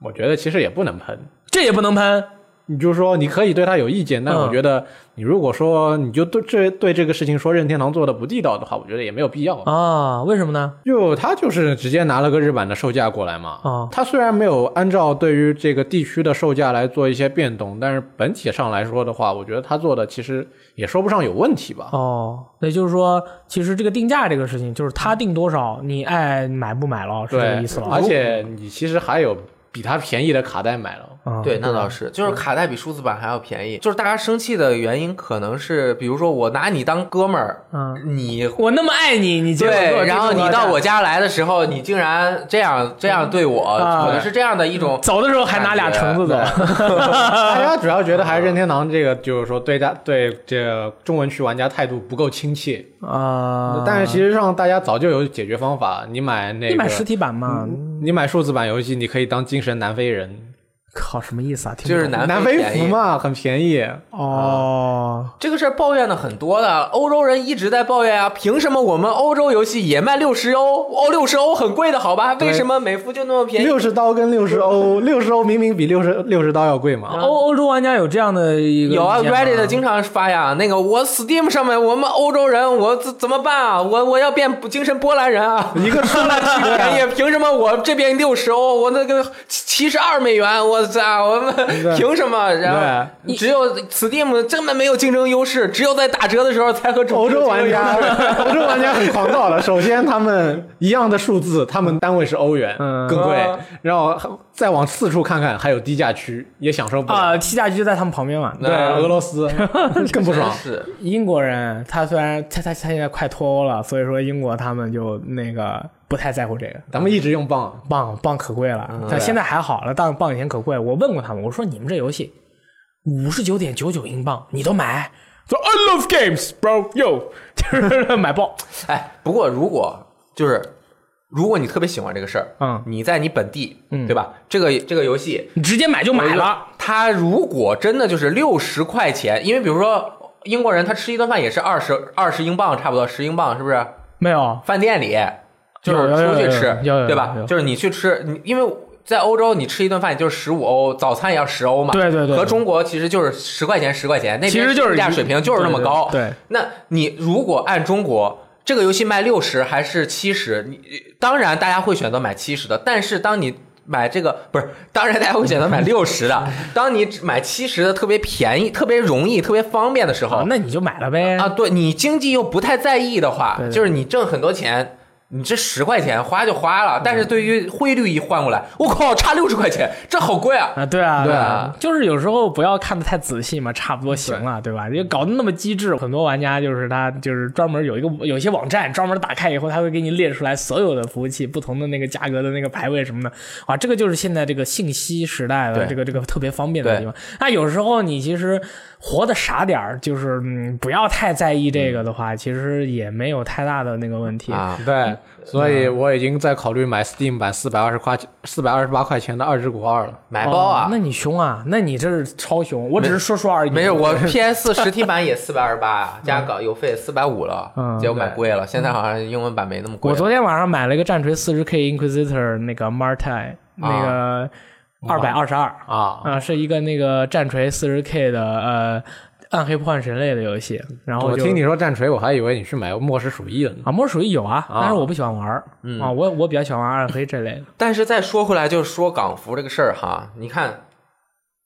Speaker 2: 我觉得其实也不能喷，
Speaker 3: 这也不能喷。
Speaker 2: 你就说你可以对他有意见，但
Speaker 3: 嗯
Speaker 2: 我觉得你如果说你就对这对这个事情说任天堂做的不地道的话，我觉得也没有必要。
Speaker 3: 啊？为什么呢？
Speaker 2: 就他就是直接拿了个日版的售价过来嘛，
Speaker 3: 啊
Speaker 2: 他虽然没有按照对于这个地区的售价来做一些变动，但是本体上来说的话，我觉得他做的其实也说不上有问题吧。
Speaker 3: 哦，也就是说，其实这个定价这个事情，就是他定多少，你爱买不买了，是这
Speaker 2: 对
Speaker 3: 个意思，了。啊
Speaker 2: 而且你其实还有比它便宜的卡带买了，
Speaker 3: 啊，
Speaker 1: 对，那倒是，就是卡带比数字版还要便宜。就是大家生气的原因，可能是比如说我拿你当哥们儿，
Speaker 3: 嗯，
Speaker 1: 你
Speaker 3: 我那么爱你，你结果给我
Speaker 1: 对，
Speaker 3: 定
Speaker 1: 然后
Speaker 3: 这
Speaker 1: 你
Speaker 3: 个
Speaker 1: 到我
Speaker 3: 价
Speaker 1: 家来的时候，你竟然这样这样对我，
Speaker 3: 啊
Speaker 1: 可能是这样的一种。
Speaker 3: 走的时候还拿俩橙子走，
Speaker 2: 大家主要觉得还是任天堂这个就是说对大对这个中文区玩家态度不够亲切，
Speaker 3: 啊
Speaker 2: 但是其实上大家早就有解决方法，你买那个
Speaker 3: 你买实体版嘛，
Speaker 1: 嗯
Speaker 2: 你买数字版游戏，你可以当精神南非人，
Speaker 3: 靠，什么意思啊？听不
Speaker 1: 就是
Speaker 3: 懂
Speaker 1: 南
Speaker 2: 南
Speaker 1: 非
Speaker 2: 非
Speaker 1: 便宜
Speaker 2: 服嘛，很便宜。
Speaker 3: 哦，
Speaker 1: 这个事儿抱怨的很多的，欧洲人一直在抱怨啊，凭什么我们欧洲游戏也卖六十欧？欧六十欧很贵的，好吧？为什么美服就那么便宜？
Speaker 2: 六十刀跟六十 欧，六十欧明明比六十六十刀要贵嘛。
Speaker 3: 欧欧洲玩家有这样的一个
Speaker 1: 有啊
Speaker 3: 意见吗
Speaker 1: ，Reddit 经常发呀，那个我 Steam 上面，我们欧洲人，我怎怎么办啊？我我要变精神波兰人 啊！
Speaker 2: 一个出来七
Speaker 1: 我
Speaker 2: 个
Speaker 1: 也凭什么我这边六十欧，我那个七十二美元，我操，我们
Speaker 2: 对
Speaker 1: 凭什么？然后只有 Steam 根本没有竞争优势，只有在打折的时候才和主
Speaker 2: 欧
Speaker 1: 流
Speaker 2: 洲玩
Speaker 1: 竞争优势
Speaker 2: 家，欧洲玩家很狂躁了。首先，他们一样的数字，他们单位是欧元，
Speaker 3: 嗯
Speaker 2: 更贵
Speaker 1: 啊。
Speaker 2: 然后再往四处看看，还有低价区，也享受不了。
Speaker 3: 啊，七价局就在他们旁边嘛。
Speaker 2: 对，俄罗 斯更不爽
Speaker 1: 真。是
Speaker 3: 英国人，他虽然他他他现在快脱欧了，所以说英国他们就那个不太在乎这个。
Speaker 2: 咱们一直用棒，
Speaker 3: 棒棒可贵
Speaker 1: 嗯
Speaker 3: 了，啊但现在还好了，但棒以前可贵。我问过他们，我说你们这游戏五十九点九九英镑，你都买？说 I love games, bro, yo，就是 买爆。
Speaker 1: 哎，不过如果就是如果你特别喜欢这个事儿，
Speaker 3: 嗯
Speaker 1: 你在你本地，
Speaker 3: 嗯
Speaker 1: 对吧？这个这个游戏
Speaker 3: 你直接买就买了。
Speaker 1: 它如果真的就是六十块钱，因为比如说英国人他吃一顿饭也是二十二十英镑，差不多十英镑，是不是？
Speaker 3: 没有，
Speaker 1: 饭店里，就是
Speaker 3: 有有有
Speaker 1: 出去
Speaker 3: 有
Speaker 1: 吃，
Speaker 3: 有有有
Speaker 1: 对吧
Speaker 3: 有有？
Speaker 1: 就是你去吃，你因为在欧洲你吃一顿饭也就是十五欧，早餐也要十欧嘛。
Speaker 3: 对对对
Speaker 1: 和中国其实就是十块钱十块钱，那边
Speaker 3: 其实就是
Speaker 1: 物价水平就是那么高。
Speaker 3: 对对对
Speaker 1: 那你如果按中国。这个游戏卖六十还是七十？你当然大家会选择买七十的，但是当你买这个不是，当然大家会选择买六十 的。当你只买七十的特别便宜、特别容易、特别方便的时候
Speaker 3: 啊，那你就买了呗。
Speaker 1: 啊，对你经济又不太在意的话，
Speaker 3: 对
Speaker 1: 就是你挣很多钱，你这十块钱花就花了，但是对于汇率一换过来，我靠，差六十块钱，这好贵啊！
Speaker 3: 啊，对啊，
Speaker 1: 对啊
Speaker 3: 啊，就是有时候不要看得太仔细嘛，差不多行了，对吧？就搞得那么机智，很多玩家就是他就是专门有一个有些网站专门打开以后，他会给你列出来所有的服务器不同的那个价格的那个排位什么的，哇，这个就是现在这个信息时代的
Speaker 1: 对
Speaker 3: 这个这个特别方便的
Speaker 1: 对
Speaker 3: 地方。那有时候你其实活得傻点儿，就是嗯不要太在意这个的话，其实也没有太大的那个问题。
Speaker 1: 嗯啊，
Speaker 2: 对，所以我已经在考虑买 Steam 版四百二十块四百二十八块钱的二之国二了。
Speaker 1: 买包
Speaker 3: 哦
Speaker 1: 啊！
Speaker 3: 那你凶啊！那你这是超凶，我只是说说而已。
Speaker 1: 没事，我 PS 实体版也四百二十八，啊加稿邮费四百五了，
Speaker 3: 嗯
Speaker 1: 结果买贵了。现在好像英文版没那么贵
Speaker 3: 我
Speaker 2: 啊
Speaker 1: 了。
Speaker 3: 昨天晚上买了一个战锤四十 K Inquisitor 那个 Marti 那个二百二十二
Speaker 2: 啊
Speaker 3: 啊，是一个那个战锤四十 K 的呃暗黑破坏神类的游戏，然后
Speaker 2: 我
Speaker 3: 就
Speaker 2: 听你说战锤，我还以为你去买《末世鼠疫》了呢。
Speaker 3: 啊，魔术也有啊，
Speaker 2: 啊嗯
Speaker 3: 但是我不喜欢玩儿啊，我我比较喜欢玩暗黑这类的。
Speaker 1: 但是再说回来，就是说港服这个事儿哈，你看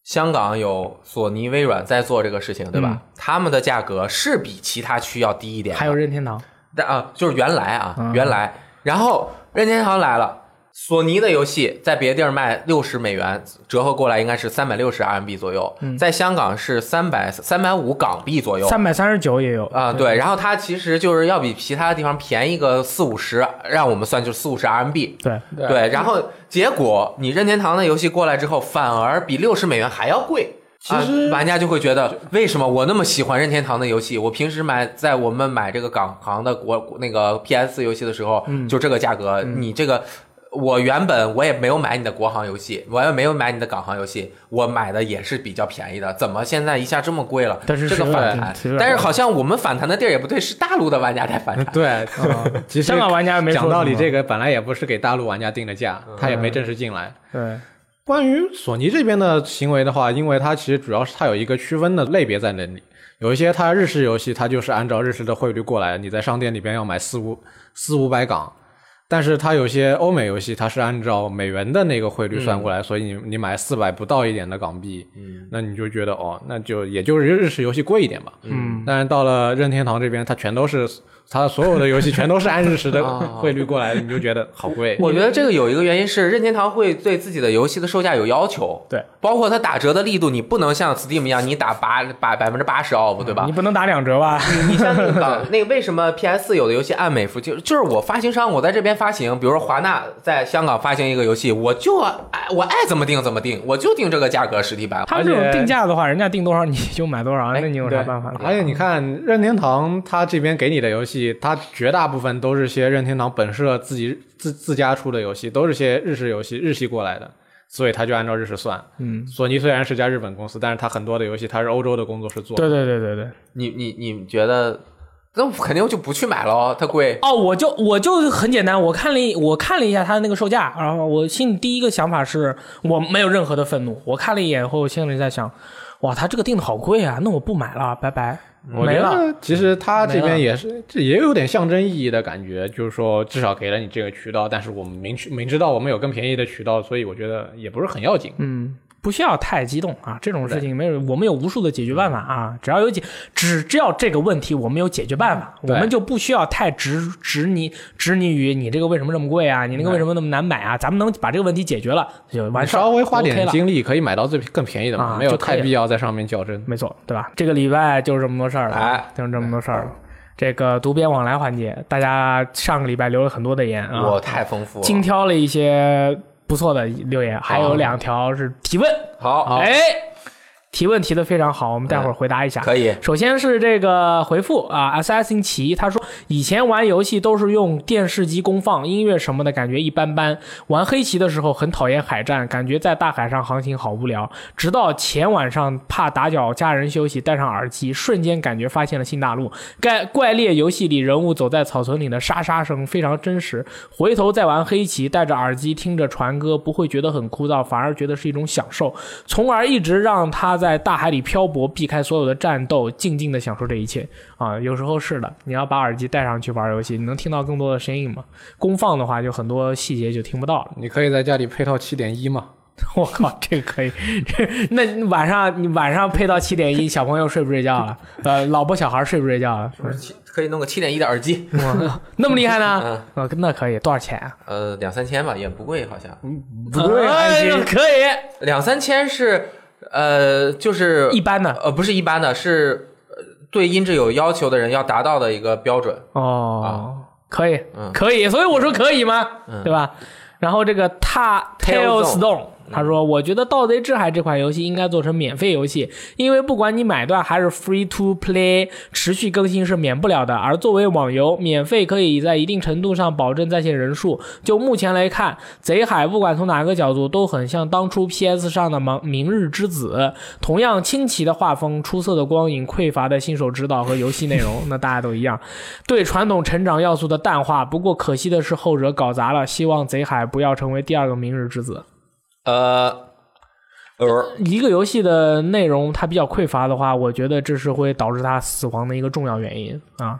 Speaker 1: 香港有索尼、微软在做这个事情，对吧？他们的价格是比其他区要低一点的，
Speaker 3: 嗯还有嗯任天堂，
Speaker 1: 但啊，就是原来啊，原来，然后任天堂来了。索尼的游戏在别地儿卖六十美元，折合过来应该是三百六十 RMB 左右，在香港是三百三百五港币
Speaker 2: 哎
Speaker 1: 左右，
Speaker 3: 嗯三百三十九也有
Speaker 1: 啊，对，然后它其实就是要比其他地方便宜个四五十，让我们算就是四五十 RMB。
Speaker 3: 对，
Speaker 2: 对
Speaker 1: 对，然后结果你任天堂的游戏过来之后，反而比六十美元还要贵。
Speaker 2: 其实
Speaker 1: 啊、玩家就会觉得，为什么我那么喜欢任天堂的游戏？我平时买在我们买这个港行的国那个 PS 游戏的时候，就这个价格，你这个。我原本我也没有买你的国行游戏，我也没有买你的港行游戏，我买的也是比较便宜的，怎么现在一下这么贵了？
Speaker 3: 但是
Speaker 1: 这个
Speaker 3: 是有
Speaker 1: 反
Speaker 3: 点
Speaker 1: 弹
Speaker 3: 是有，点
Speaker 1: 但是好像我们反弹的地儿也不对，是大陆的玩家在反弹。
Speaker 2: 对，其实
Speaker 3: 香港玩家没说
Speaker 2: 讲道理，
Speaker 3: 什么嗯
Speaker 2: 这个本来也不是给大陆玩家定的价，他也没正式进来。
Speaker 3: 对，
Speaker 2: 关于索尼这边的行为的话，因为它其实主要是它有一个区分的类别在那里，有一些它日式游戏，它就是按照日式的汇率过来，你在商店里边要买四五四五百港，但是它有些欧美游戏，它是按照美元的那个汇率算过来，所以你你买四百不到一点的港币，嗯，那你就觉得哦，那就也就是日式游戏贵一点吧，嗯，但是到了任天堂这边，它全都是它所有的游戏全都是按日 式的汇率过来的，你就觉得好贵，
Speaker 1: 我觉得这个有一个原因是任天堂会对自己的游戏的售价有要求，
Speaker 3: 对，
Speaker 1: 包括它打折的力度，你不能像 Steam 一样，你打八百百分之八十 off，对吧
Speaker 3: 你？不能打两折 吧？
Speaker 1: 你像那个港那个为什么 PS 四有的游戏按美服，就就是我发行商我在这边发行，比如说华纳在香港发行一个游戏，我就爱我爱怎么定怎么定，我就定这个价格实体版。
Speaker 3: 他们这种定价的话，人家定多少你就买多少，那你有啥
Speaker 2: 对
Speaker 3: 办法呢？
Speaker 2: 而且你看任天堂，它这边给你的游戏，它绝大部分都是些任天堂本社自己自自家出的游戏，都是些日式游戏日系过来的，所以它就按照日式算。
Speaker 3: 嗯，
Speaker 2: 索尼虽然是家日本公司，但是它很多的游戏它是欧洲的工作室做的。
Speaker 3: 对对对对对。
Speaker 1: 你你你觉得？那我肯定就不去买了哦，它贵。
Speaker 3: 哦，我就我就很简单，我看了一我看了一下它的那个售价，然后我心里第一个想法是我没有任何的愤怒，我看了一眼以后，我心里在想，哇，它这个定的好贵啊，那我不买了，拜拜，
Speaker 2: 我觉
Speaker 3: 没了。
Speaker 2: 得其实它这
Speaker 3: 没了
Speaker 2: 边也是，这也有点象征意义的感觉，就是说至少给了你这个渠道，但是我们明明知道我们有更便宜的渠道，所以我觉得也不是很要紧。
Speaker 3: 嗯，不需要太激动啊，这种事情没有，我们有无数的解决办法啊，只要有解，只只要这个问题我们有解决办法，我
Speaker 2: 对
Speaker 3: 们就不需要太执执泥执泥于你这个为什么这么贵啊，你那个为什么那么难买啊，咱们能把这个问题解决了就完事儿
Speaker 2: 稍微花
Speaker 3: OK
Speaker 2: 点
Speaker 3: 了
Speaker 2: 精力可以买到最更便宜的嘛，
Speaker 3: 啊
Speaker 2: 没有
Speaker 3: 就可
Speaker 2: 太
Speaker 3: 以了
Speaker 2: 必要在上面较真。
Speaker 3: 没错，对吧？这个礼拜就是这么多事儿了，
Speaker 1: 哎
Speaker 3: 就是这么多事儿了。这个读编往来环节，大家上个礼拜留了很多的言啊，
Speaker 1: 我太丰富了。
Speaker 3: 精挑了一些不错的留言，还有两条是提问，
Speaker 1: 哦好，哎
Speaker 3: 哎，提问提的非常好，我们待会儿回答一下。
Speaker 1: 可以。
Speaker 3: 首先是这个回复啊，Assassin 奇他说以前玩游戏都是用电视机公放，音乐什么的感觉一般般。玩黑棋的时候很讨厌海战，感觉在大海上航行好无聊。直到前晚上怕打搅家人休息，戴上耳机，瞬间感觉发现了新大陆。怪怪猎游戏里人物走在草丛里的沙沙声非常真实。回头再玩黑棋，戴着耳机听着船歌，不会觉得很枯燥，反而觉得是一种享受。从而一直让他在大海里漂泊，避开所有的战斗，静静的享受这一切啊。有时候是的，你要把耳机戴上去玩游戏，你能听到更多的声音嘛？公放的话，就很多细节就听不到了。
Speaker 2: 你可以在家里配套七点一嘛？
Speaker 3: 我靠，这个可以。 这那你晚上你晚上配到七点一，小朋友睡不睡觉了？呃，老婆小孩睡不睡觉了？
Speaker 1: 可以弄个七点一的耳机，
Speaker 3: 那么厉害呢？呃，那可以，多少钱啊？
Speaker 1: 呃，两三千吧，也不贵，好像。
Speaker 3: 嗯不对，啊
Speaker 2: 安心
Speaker 3: 哎可以，
Speaker 1: 两三千是呃，就是
Speaker 3: 一般的
Speaker 1: 呃，不是一般的，是呃对音质有要求的人要达到的一个标准。
Speaker 3: 哦，可以
Speaker 1: 嗯，
Speaker 3: 可以，所以我说可以嘛，对吧？然后这个踏
Speaker 1: Tail
Speaker 3: Tail Stone，他说：“我觉得《盗贼之海》这款游戏应该做成免费游戏，因为不管你买断还是 free to play，持续更新是免不了的。而作为网游，免费可以在一定程度上保证在线人数。就目前来看，《贼海》不管从哪个角度都很像当初 PS 上的《明明日之子》，同样清奇的画风、出色的光影、匮乏的新手指导和游戏内容，那大家都一样。对传统成长要素的淡化，不过可惜的是后者搞砸了。希望贼海不要成为第二个明日之子。
Speaker 1: 呃，呃，
Speaker 3: 一个游戏的内容它比较匮乏的话，我觉得这是会导致它死亡的一个重要原因啊。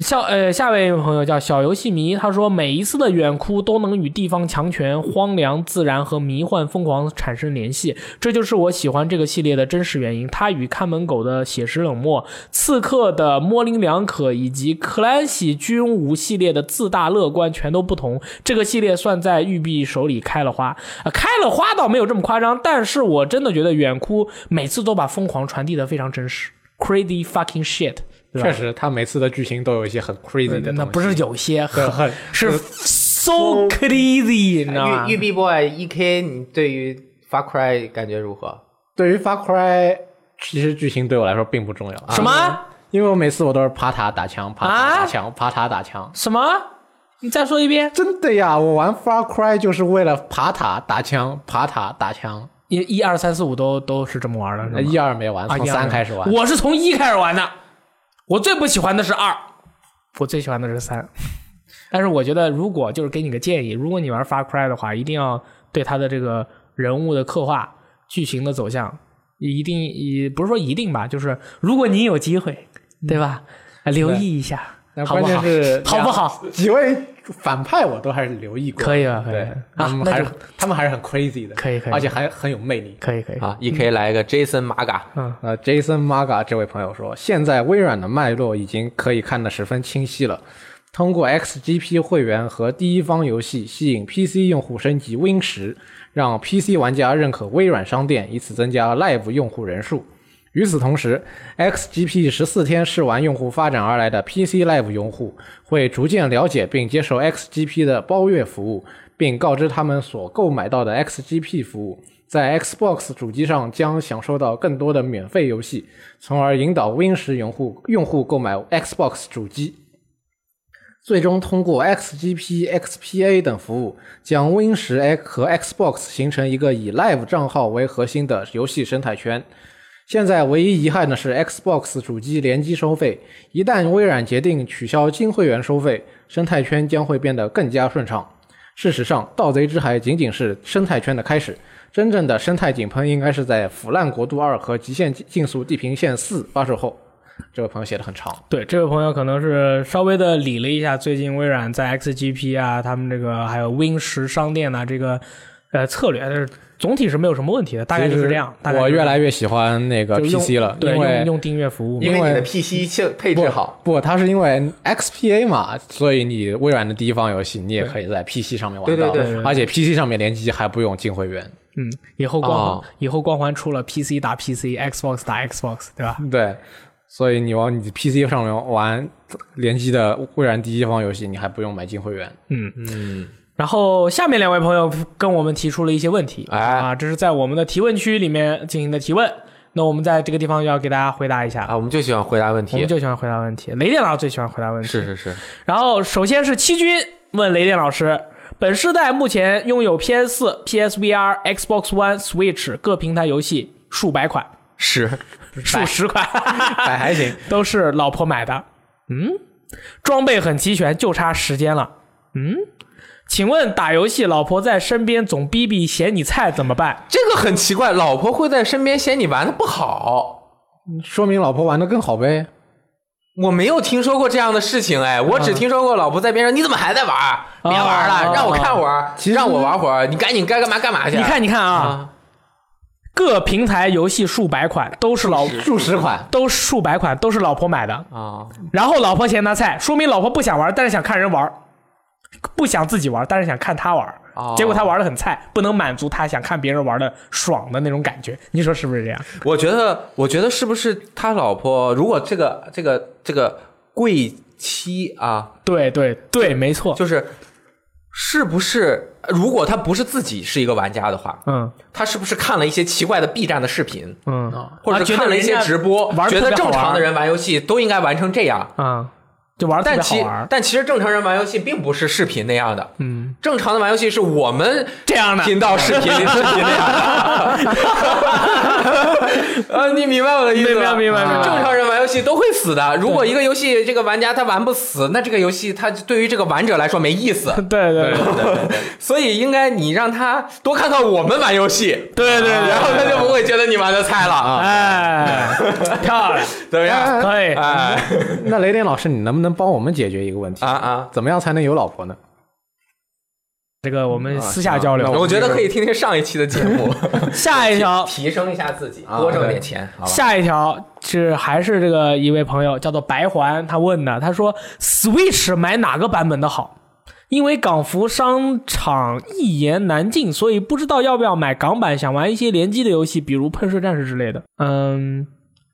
Speaker 3: 下呃，下位朋友叫小游戏迷，他说每一次的远哭都能与地方强权、荒凉、自然和迷幻疯狂产生联系，这就是我喜欢这个系列的真实原因。它与看门狗的写实冷漠、刺客的模棱两可以及克兰西军武系列的自大乐观全都不同。这个系列算在育碧手里开了花啊、呃开了花倒没有这么夸张，但是我真的觉得远哭每次都把疯狂传递的非常真实，crazy fucking shit，对吧
Speaker 2: 确？实，他每次的剧情都有一些很 crazy 的东西，
Speaker 3: 呃那不是有些
Speaker 2: 对
Speaker 3: 很
Speaker 2: 很
Speaker 3: 是 so crazy，你知道吗
Speaker 1: 玉？玉碧 boy E K，你对于 Far Cry 感觉如何？
Speaker 2: 对于 Far Cry，其实剧情对我来说并不重要啊，
Speaker 3: 什么
Speaker 2: 因为我每次我都是爬塔打枪，爬塔
Speaker 3: 啊
Speaker 2: 打枪，爬塔打枪。
Speaker 3: 什么？你再说一遍，
Speaker 2: 真的呀，我玩 Far Cry 就是为了爬塔打枪，爬塔打枪。
Speaker 3: 一一二三四五都都是这么玩的，是吗
Speaker 2: 一二没玩，
Speaker 3: 啊
Speaker 2: 从
Speaker 3: 一二
Speaker 2: 三开始玩。
Speaker 3: 我是从一开始玩的。我最不喜欢的是二，我最喜欢的是三。但是我觉得，如果就是给你个建议，如果你玩 Far Cry 的话，一定要对他的这个人物的刻画、剧情的走向，一定一不是说一定吧，就是如果你有机会，嗯对吧？留意一下，
Speaker 2: 那
Speaker 3: 好不
Speaker 2: 关
Speaker 3: 好
Speaker 2: 键？是
Speaker 3: 好不好？
Speaker 2: 几位反派我都还是留意过，
Speaker 3: 可以吧？可以
Speaker 2: 对
Speaker 3: 吧，
Speaker 2: 他
Speaker 3: 啊，
Speaker 2: 们
Speaker 3: 那
Speaker 2: 还
Speaker 3: 就是
Speaker 2: 他们还是很 crazy 的，
Speaker 3: 可以可以
Speaker 2: 而且还很有魅力。
Speaker 3: 可以可以。
Speaker 1: 啊，E K 来一个 Jason Maga，
Speaker 3: 嗯，
Speaker 2: 呃，Jason Maga 这位朋友说，现在微软的脉络已经可以看得十分清晰了。通过 XGP 会员和第一方游戏吸引 PC 用户升级 Win 十，让 PC 玩家认可微软商店，以此增加 Live 用户人数。与此同时，XGP 十四天试玩用户发展而来的 PC Live 用户会逐渐了解并接受 XGP 的包月服务，并告知他们所购买到的 XGP 服务，在 Xbox 主机上将享受到更多的免费游戏，从而引导 Win 十用户用户购买 Xbox 主机。最终通过 XGP、XPA 等服务，将 Win 十和 Xbox 形成一个以 Live 账号为核心的游戏生态圈。现在唯一遗憾的是，Xbox 主机联机收费。一旦微软决定取消金会员收费，生态圈将会变得更加顺畅。事实上，《盗贼之海》仅仅是生态圈的开始，真正的生态井喷应该是在《腐烂国度二》和《极限竞速：地平线四》发售后。这位朋友写的很长，
Speaker 3: 对，这位朋友可能是稍微的理了一下最近微软在 XGP 啊，他们这个还有 Win 十商店呐、这个呃策略，但是总体是没有什么问题的，大概就是这样。大概
Speaker 2: 我
Speaker 3: 就是
Speaker 2: 越来越喜欢那个
Speaker 3: 就用
Speaker 2: PC 了，
Speaker 3: 对，
Speaker 2: 因为
Speaker 3: 用用订阅服务嘛
Speaker 1: 因为
Speaker 2: 因为
Speaker 1: 你的 P C 配配置好，
Speaker 2: 不，它是因为 XPA 嘛，所以你微软的第一方游戏你也可以在 PC 上面玩到，
Speaker 1: 对对
Speaker 3: 对
Speaker 2: 而且 PC 上面联机还不用进会员。
Speaker 3: 嗯，以后光环、
Speaker 1: 哦
Speaker 3: 以后光环出了 PC 打 PC，Xbox 打 Xbox，对吧？
Speaker 2: 对，所以你往你 PC 上面玩联机的微软第一方游戏，你还不用买进会员。
Speaker 3: 嗯嗯。然后下面两位朋友跟我们提出了一些问题，
Speaker 1: 哎
Speaker 3: 啊，这是在我们的提问区里面进行的提问，那我们在这个地方要给大家回答一下
Speaker 1: 啊，我们就喜欢回答问
Speaker 3: 我
Speaker 1: 题
Speaker 3: 们，就喜欢回答问题，雷电老师最喜欢回答问题。
Speaker 1: 是是是，
Speaker 3: 然后首先是七军问雷电老师，本世代目前拥有 PS 4 PSVR、Xbox One、Switch 各平台游戏数百款、
Speaker 1: 是
Speaker 3: 数十 款，
Speaker 2: 哎，还行，
Speaker 3: 都是老婆买的。嗯，装备很齐全，就差时间了。嗯，请问打游戏老婆在身边总逼逼嫌你菜怎么办？
Speaker 1: 这个很奇怪，老婆会在身边嫌你玩的不好，
Speaker 2: 说明老婆玩的更好呗。
Speaker 1: 我没有听说过这样的事情，哎，我只听说过老婆在边上，你怎么还在玩？别玩
Speaker 3: 啊
Speaker 1: 了，让我看会儿，
Speaker 2: 其实
Speaker 1: 让我玩会儿，你赶紧该干嘛干嘛去。
Speaker 3: 你看，你看啊，
Speaker 1: 啊，
Speaker 3: 各平台游戏数百款，都是老
Speaker 2: 数十款，
Speaker 3: 都是数百款，都是老婆买的。
Speaker 1: 啊，
Speaker 3: 然后老婆嫌他菜，说明老婆不想玩，但是想看人玩，不想自己玩，但是想看他玩。
Speaker 1: 哦
Speaker 3: 结果他玩的很菜，不能满足他想看别人玩的爽的那种感觉。你说是不是这样？
Speaker 1: 我觉得，我觉得是不是他老婆？如果这个这个这个贵妻啊，
Speaker 3: 对对对，没错。
Speaker 1: 就是是不是如果他不是自己是一个玩家的话，
Speaker 3: 嗯
Speaker 1: 他是不是看了一些奇怪的 B 站的视频，
Speaker 3: 嗯，
Speaker 1: 或者
Speaker 3: 啊觉
Speaker 1: 是
Speaker 3: 得
Speaker 1: 看了一些直播
Speaker 3: 人家玩，
Speaker 1: 觉
Speaker 3: 得特别
Speaker 1: 得
Speaker 3: 好玩
Speaker 1: 正常的人玩游戏都应该玩成这样？
Speaker 3: 啊就玩的
Speaker 1: 但
Speaker 3: 特别好
Speaker 1: 其
Speaker 3: 玩。
Speaker 1: 但其实正常人玩游戏并不是视频那样的，嗯，正常的玩游戏是我们
Speaker 3: 这 样的
Speaker 1: 频道视频视频 那样的，呃，你明白我的意思
Speaker 3: 明白
Speaker 1: 吧？
Speaker 3: 明白明白
Speaker 1: 正常人玩游戏都会死的，如果一个游戏这个玩家他玩不死，那这个游戏他对于这个玩者来说没意思，
Speaker 3: 对对对
Speaker 1: 所以应该你让他多看看我们玩游戏，
Speaker 3: 对对，
Speaker 1: 然后他就不会觉得你玩的菜了啊，
Speaker 3: 哎，漂 亮，
Speaker 1: 怎么样？
Speaker 3: 可以。
Speaker 1: 哎
Speaker 2: 那雷电老师，你能不能帮我们解决一个问题
Speaker 1: 啊？啊！
Speaker 2: 怎么样才能有老婆呢？
Speaker 3: 这个哎我们私下交
Speaker 2: 啊那
Speaker 3: 流。
Speaker 1: 我觉得可以听听上一期的节目。
Speaker 3: 下一条，
Speaker 1: 提升一下自己，
Speaker 2: 啊
Speaker 1: 多挣点钱，好吧？
Speaker 3: 下一条是还是这个一位朋友叫做白环，他问的，他说 Switch 买哪个版本的好？因为港服商场一言难尽，所以不知道要不要买港版，想玩一些联机的游戏，比如《喷射战士》之类的。嗯，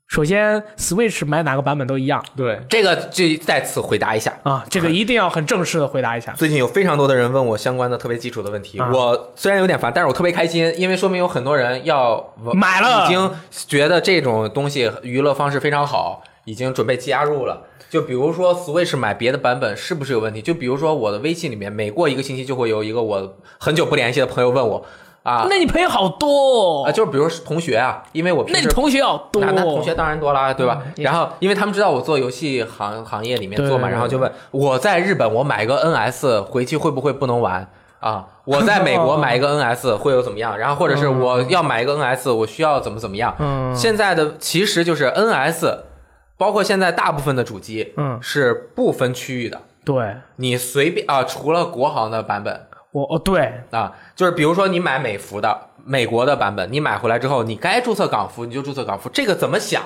Speaker 3: 首先 Switch 买哪个版本都一样
Speaker 2: 对，
Speaker 1: 这个就再次回答一下。
Speaker 3: 啊，这个一定要很正式的回答一下。
Speaker 1: 最近有非常多的人问我相关的特别基础的问题，
Speaker 3: 啊
Speaker 1: 我虽然有点烦，但是我特别开心，因为说明有很多人要
Speaker 3: 买了
Speaker 1: 已经觉得这种东西娱乐方式非常好，已经准备加入了。就比如说 Switch 买别的版本是不是有问题？就比如说我的微信里面，每过一个星期就会有一个我很久不联系的朋友问我啊
Speaker 3: 那你朋友好多、
Speaker 1: 啊，
Speaker 3: 哦，
Speaker 1: 就是比如说同学啊，因为我平
Speaker 3: 那
Speaker 1: 时
Speaker 3: 你同学好多、哦嗯
Speaker 1: 那那同学当然多啦，对吧？
Speaker 3: 也
Speaker 1: 然后因为他们知道我做游戏行行业里面
Speaker 3: 对
Speaker 1: 做嘛，
Speaker 3: 对
Speaker 1: 然后就问我在日本我买个 NS 回去会不会不能玩啊？我在美国
Speaker 3: 哦
Speaker 1: 买一个 NS 会有怎么样？然后或者是
Speaker 3: 嗯
Speaker 1: 我要买一个 NS，我需要怎么怎么样？
Speaker 3: 嗯
Speaker 1: 现在的其实就是 NS，包括现在大部分的主机，
Speaker 3: 嗯
Speaker 1: 是不分区域的，
Speaker 3: 对
Speaker 1: 你随便啊，除了国行的版本，
Speaker 3: 我哦对
Speaker 1: 啊，就是比如说你买美服的美国的版本，你买回来之后，你该注册港服你就注册港服，这个怎么想？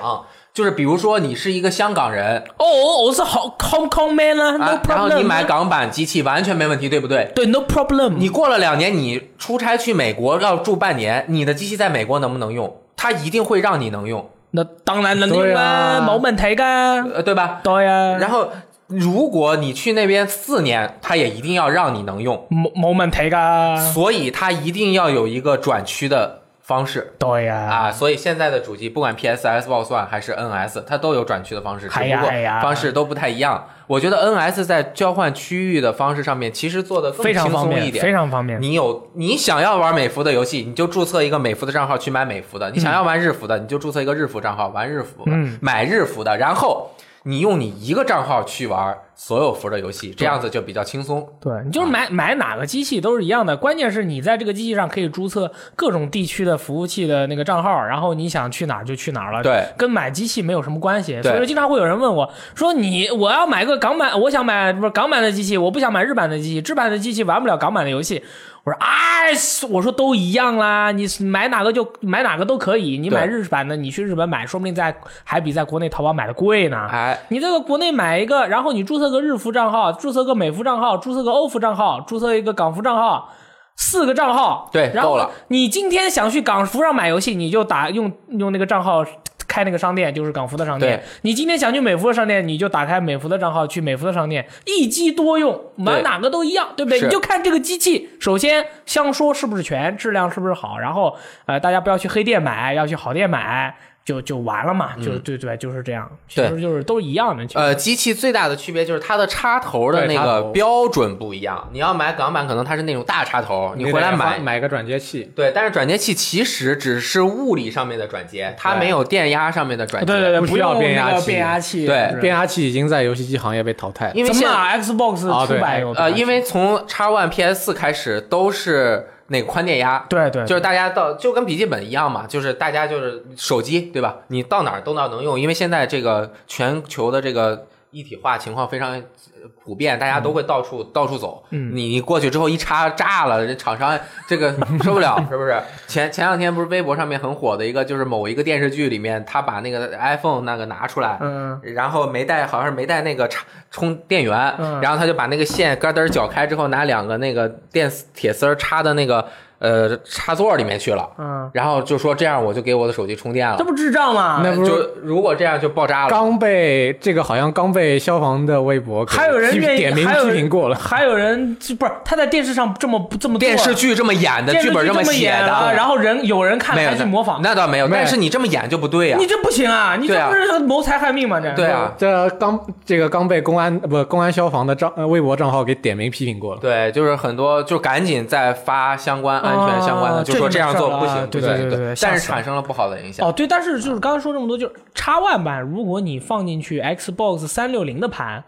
Speaker 1: 就是比如说你是一个香港人
Speaker 3: 哦哦我是好 Hong Kong man 啊
Speaker 1: 啊
Speaker 3: ，no，problem
Speaker 1: 然
Speaker 3: 啊。
Speaker 1: 后你买港版机器完全没问题，对不对？
Speaker 3: 对，no problem。
Speaker 1: 你过了两年，你出差去美国要住半年，你的机器在美国能不能用？它一定会让你能用，
Speaker 3: 那当然能用
Speaker 2: 对
Speaker 3: 啊，
Speaker 2: 啊
Speaker 3: 冇问题噶。
Speaker 1: 呃，对吧？
Speaker 3: 对啊，
Speaker 1: 然后如果你去那边四年，它也一定要让你能用，
Speaker 3: 冇冇问题噶。
Speaker 1: 所以它一定要有一个转区的方式。
Speaker 3: 对啊，
Speaker 1: 啊，所以现在的主机不管 PS、Xbox One 还是 NS，它都有转区的方式，只
Speaker 3: 哎呀
Speaker 1: 不过
Speaker 3: 哎呀
Speaker 1: 方式都不太一样。我觉得 NS 在交换区域的方式上面，其实做的更
Speaker 3: 非常
Speaker 1: 轻
Speaker 3: 方
Speaker 1: 松一
Speaker 3: 便，非
Speaker 1: 点。
Speaker 3: 常方便。
Speaker 1: 你有你想要玩美服的游戏，你就注册一个美服的账号去买美服的；你想要玩日服的，你就注册一个日服账号玩日服的，
Speaker 3: 嗯
Speaker 1: 买日服的。然后你用你一个账号去玩所有服的游戏，这样子就比较轻松。
Speaker 3: 对你
Speaker 1: 啊
Speaker 3: 就是买买哪个机器都是一样的，关键是你在这个机器上可以注册各种地区的服务器的那个账号，然后你想去哪儿就去哪儿了。
Speaker 1: 对，
Speaker 3: 跟买机器没有什么关系。
Speaker 1: 对
Speaker 3: 所以说，经常会有人问我说你我要买个港版，我想买不是港版的机器，我不想买日版的机器，日版的机器玩不了港版的游戏。我说哎，我说都一样啦，你买哪个就买哪个都可以。你买
Speaker 1: 对
Speaker 3: 日版的，你去日本买，说不定在还比在国内淘宝买的贵呢。
Speaker 1: 哎，
Speaker 3: 你这个国内买一个，然后你注册个日服账号，注册个美服账号，注册个欧服账号，注册一个港服账号，四个账号，
Speaker 1: 对
Speaker 3: 然后
Speaker 1: 够了
Speaker 3: 你今天想去港服上买游戏，你就打用用那个账号。开那个商店就是港服的商店
Speaker 1: 对，
Speaker 3: 你今天想去美服的商店，你就打开美服的账号去美服的商店，一机多用，买
Speaker 1: 对
Speaker 3: 哪个都一样，对不对？
Speaker 1: 是
Speaker 3: 你就看这个机器，首先相说是不是全，质量是不是好，然后呃，大家不要去黑店买，要去好店买，就就完了嘛，就对对，就是这样，
Speaker 1: 嗯
Speaker 3: 其
Speaker 1: 对
Speaker 3: 实就是都一样的。其实
Speaker 1: 呃，机器最大的区别就是它的插头的那
Speaker 2: 对插
Speaker 1: 个
Speaker 2: 头
Speaker 1: 标准不一样。你要买港版，可能它是那种大插头，你回来
Speaker 2: 得
Speaker 1: 买。
Speaker 2: 买个转接器，
Speaker 1: 对，但是转接器其实只是物理上面的转接，它
Speaker 2: 对
Speaker 1: 没有电压上面的转接。
Speaker 3: 对对对，
Speaker 2: 不需
Speaker 3: 用
Speaker 2: 要变
Speaker 3: 那
Speaker 2: 压
Speaker 3: 个
Speaker 2: 器
Speaker 3: 变压器，
Speaker 1: 对
Speaker 3: 是
Speaker 2: 变压器已经在游戏机行业被淘汰了。
Speaker 1: 因为
Speaker 3: 怎
Speaker 1: 现
Speaker 3: 么
Speaker 1: 在
Speaker 3: 啊？Xbox
Speaker 2: 啊
Speaker 3: 出
Speaker 2: 对
Speaker 3: 版有
Speaker 1: 呃，
Speaker 3: 变压器
Speaker 1: 因为从 X One、PS 4开始都是那个宽电压，
Speaker 3: 对对，
Speaker 1: 就是大家到就跟笔记本一样嘛，就是大家就是手机对吧？你到哪儿都能能用，因为现在这个全球的这个一体化情况非常呃普遍，大家
Speaker 3: 嗯
Speaker 1: 都会到处、到处走。嗯，你你过去之后一插炸了，这厂商这 个受不了，是不是？前前两天不是微博上面很火的一个，就是某一个电视剧里面，他把那个 iPhone 那个拿出来，
Speaker 3: 嗯，
Speaker 1: 然后没带，好像是没带那个插充电源，
Speaker 3: 嗯
Speaker 1: 然后他就把那个线咯噔儿绞开之后，拿两个那个电铁丝儿插的那个呃插座里面去了，
Speaker 3: 嗯，
Speaker 1: 然后就说这样我就给我的手机充电
Speaker 3: 这
Speaker 1: 了，
Speaker 3: 不智障吗？
Speaker 2: 那不是
Speaker 1: 就如果这样就爆炸了。
Speaker 2: 刚被这个好像刚被消防的微博给
Speaker 3: 还有人
Speaker 2: 批
Speaker 3: 愿意
Speaker 2: 点名
Speaker 3: 还有
Speaker 2: 批
Speaker 3: 人
Speaker 2: 评过了，
Speaker 3: 还有人不是他在电视上这么不这么做
Speaker 1: 电视剧这么演的，
Speaker 3: 电
Speaker 1: 剧
Speaker 3: 视剧
Speaker 1: 本
Speaker 3: 这
Speaker 1: 么写
Speaker 3: 演了，
Speaker 1: 的，啊
Speaker 3: 然后人有人看
Speaker 1: 没有
Speaker 3: 还去模仿，
Speaker 1: 那倒没有，
Speaker 2: 没有
Speaker 1: 但是你这么演就不对呀
Speaker 3: 你。这不行啊！你
Speaker 1: 对
Speaker 3: 这
Speaker 1: 啊
Speaker 3: 不是谋财害命吗？这
Speaker 1: 对啊，
Speaker 2: 这刚这个刚被公安呃不公安消防的账呃微博账号给点名批评过了。
Speaker 1: 对，就是很多，就赶紧再发相关安全相关的，
Speaker 3: 啊
Speaker 1: 就说
Speaker 3: 这
Speaker 1: 这
Speaker 3: 个
Speaker 1: 样做不
Speaker 3: 没事儿
Speaker 1: 行
Speaker 3: 啊，对
Speaker 1: 对
Speaker 3: 对对对对吓
Speaker 1: 但是
Speaker 3: 死了
Speaker 1: 产生了不好的影响。
Speaker 3: 哦，对，但是就是刚才说这么多，就是叉 One 版，如果你放进去 Xbox 三六零的盘，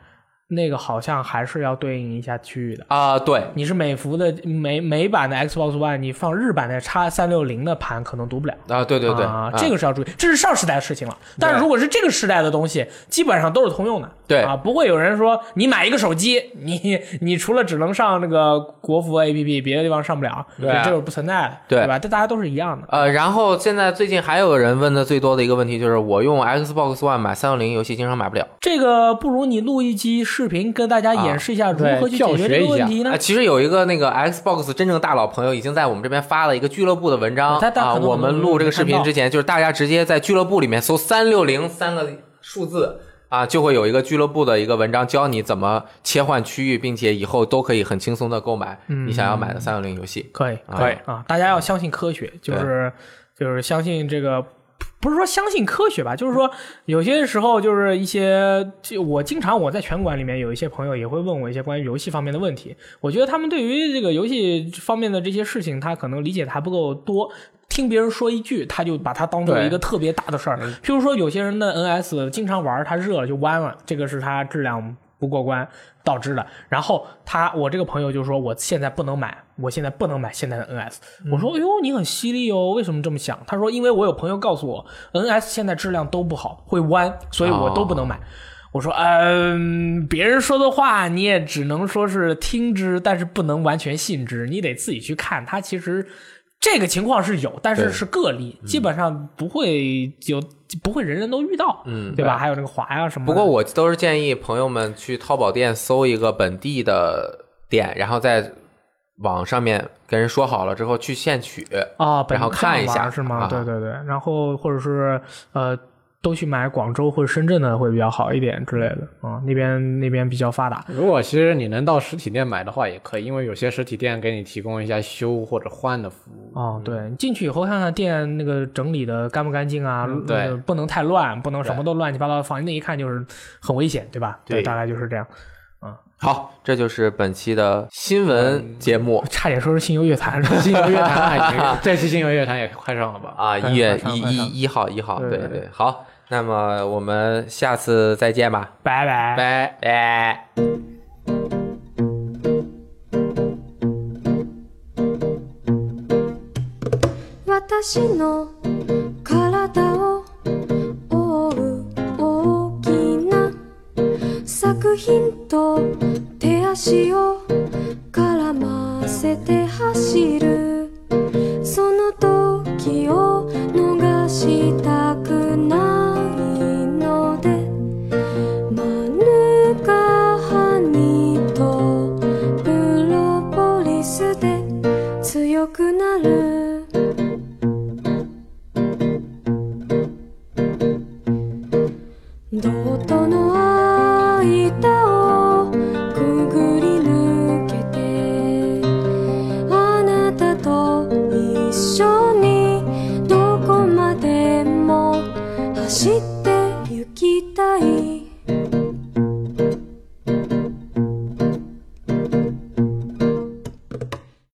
Speaker 3: 那个好像还是要对应一下区域的。
Speaker 1: 啊、对，
Speaker 3: 你是美服的美美版的 Xbox One，你放日版的叉三六零的盘可能读不了。
Speaker 1: 啊，对对对，
Speaker 3: 啊
Speaker 1: 啊，
Speaker 3: 这个是要注意，这是上时代的事情了。但是如果是这个时代的东西，基本上都是通用的。
Speaker 1: 对
Speaker 3: 啊，不会有人说你买一个手机，你你除了只能上那个国服 APP，别的地方上不了，
Speaker 1: 对啊
Speaker 3: 这是不存在的，
Speaker 1: 对
Speaker 3: 吧？这大家都是一样的。
Speaker 1: 呃，然后现在最近还有人问的最多的一个问题就是，我用 Xbox One 买三六零游戏经常买不了。
Speaker 3: 这个不如你录一期视频跟大家演示一下如何去解决这个问题呢
Speaker 1: 啊，？其实有一个那个 Xbox 真正大佬朋友已经在我们这边发了一个俱乐部的文章
Speaker 3: 他他
Speaker 1: 啊，
Speaker 3: 可能
Speaker 1: 我们录这个视频之前，就是大家直接在俱乐部里面搜三六零三个数字。啊，就会有一个俱乐部的一个文章教你怎么切换区域，并且以后都可以很轻松的购买
Speaker 3: 嗯
Speaker 1: 你想要买的三六零游戏。
Speaker 3: 可以，
Speaker 1: 啊
Speaker 3: 可以啊！大家要相信科学，就是就是相信这个，不是说相信科学吧，就是说有些时候就是一些，就我经常我在拳馆里面有一些朋友也会问我一些关于游戏方面的问题，我觉得他们对于这个游戏方面的这些事情，他可能理解的还不够多。听别人说一句，他就把它当做
Speaker 2: 对
Speaker 3: 一个特别大的事儿。譬如说，有些人的 NS 经常玩儿，它热了就弯了，这个是它质量不过关导致的。然后他，我这个朋友就说，我现在不能买，我现在不能买现在的 NS。我说，哎呦，你很犀利哦，为什么这么想？他说，因为我有朋友告诉我，NS 现在质量都不好，会弯，所以我都不能买。我说，嗯，别人说的话你也只能说是听之，但是不能完全信之，你得自己去看。它其实这个情况是有，但是
Speaker 1: 对嗯
Speaker 3: 是个例，基本上不会有，不会人人都遇到，
Speaker 1: 嗯
Speaker 3: 对吧？还有那个滑呀、什么的。
Speaker 1: 不过我都是建议朋友们去淘宝店搜一个本地的店，然后在网上面跟人说好了之后去现取。
Speaker 3: 啊，本
Speaker 1: 然后
Speaker 3: 地
Speaker 1: 看一
Speaker 3: 上玩
Speaker 1: 下
Speaker 3: 是吗？
Speaker 1: 啊
Speaker 3: 对对对，然后或者是呃，都去买广州或者深圳的会比较好一点之类的啊、那边那边比较发达。
Speaker 2: 如果其实你能到实体店买的话也可以，因为有些实体店给你提供一下修或者换的服务。
Speaker 3: 哦，对，你进去以后看看店那个整理的干不干净啊，
Speaker 2: 嗯对
Speaker 3: 呃不能太乱，不能什么都乱七八糟放那一看就是很危险，对吧？
Speaker 2: 对
Speaker 3: 大概就是这样。
Speaker 1: 好，这就是本期的新
Speaker 3: 嗯
Speaker 1: 闻节目、
Speaker 3: 差点说是新游乐坛，
Speaker 2: 金游乐 坛啊已经这期金游乐坛也快上了吧？
Speaker 1: 啊，
Speaker 3: 快
Speaker 1: 一月
Speaker 3: 上
Speaker 1: 一
Speaker 3: 快上
Speaker 1: 一一号一号，
Speaker 3: 对
Speaker 1: 对
Speaker 3: 对
Speaker 1: 对，好，那么我们下次再见吧，
Speaker 3: 拜拜。
Speaker 1: 拜拜。
Speaker 4: 私の体を覆う大きな作品と手足を絡ませて走るその時を逃したくないのでマヌカハニとプロポリスで強くなるどうとの間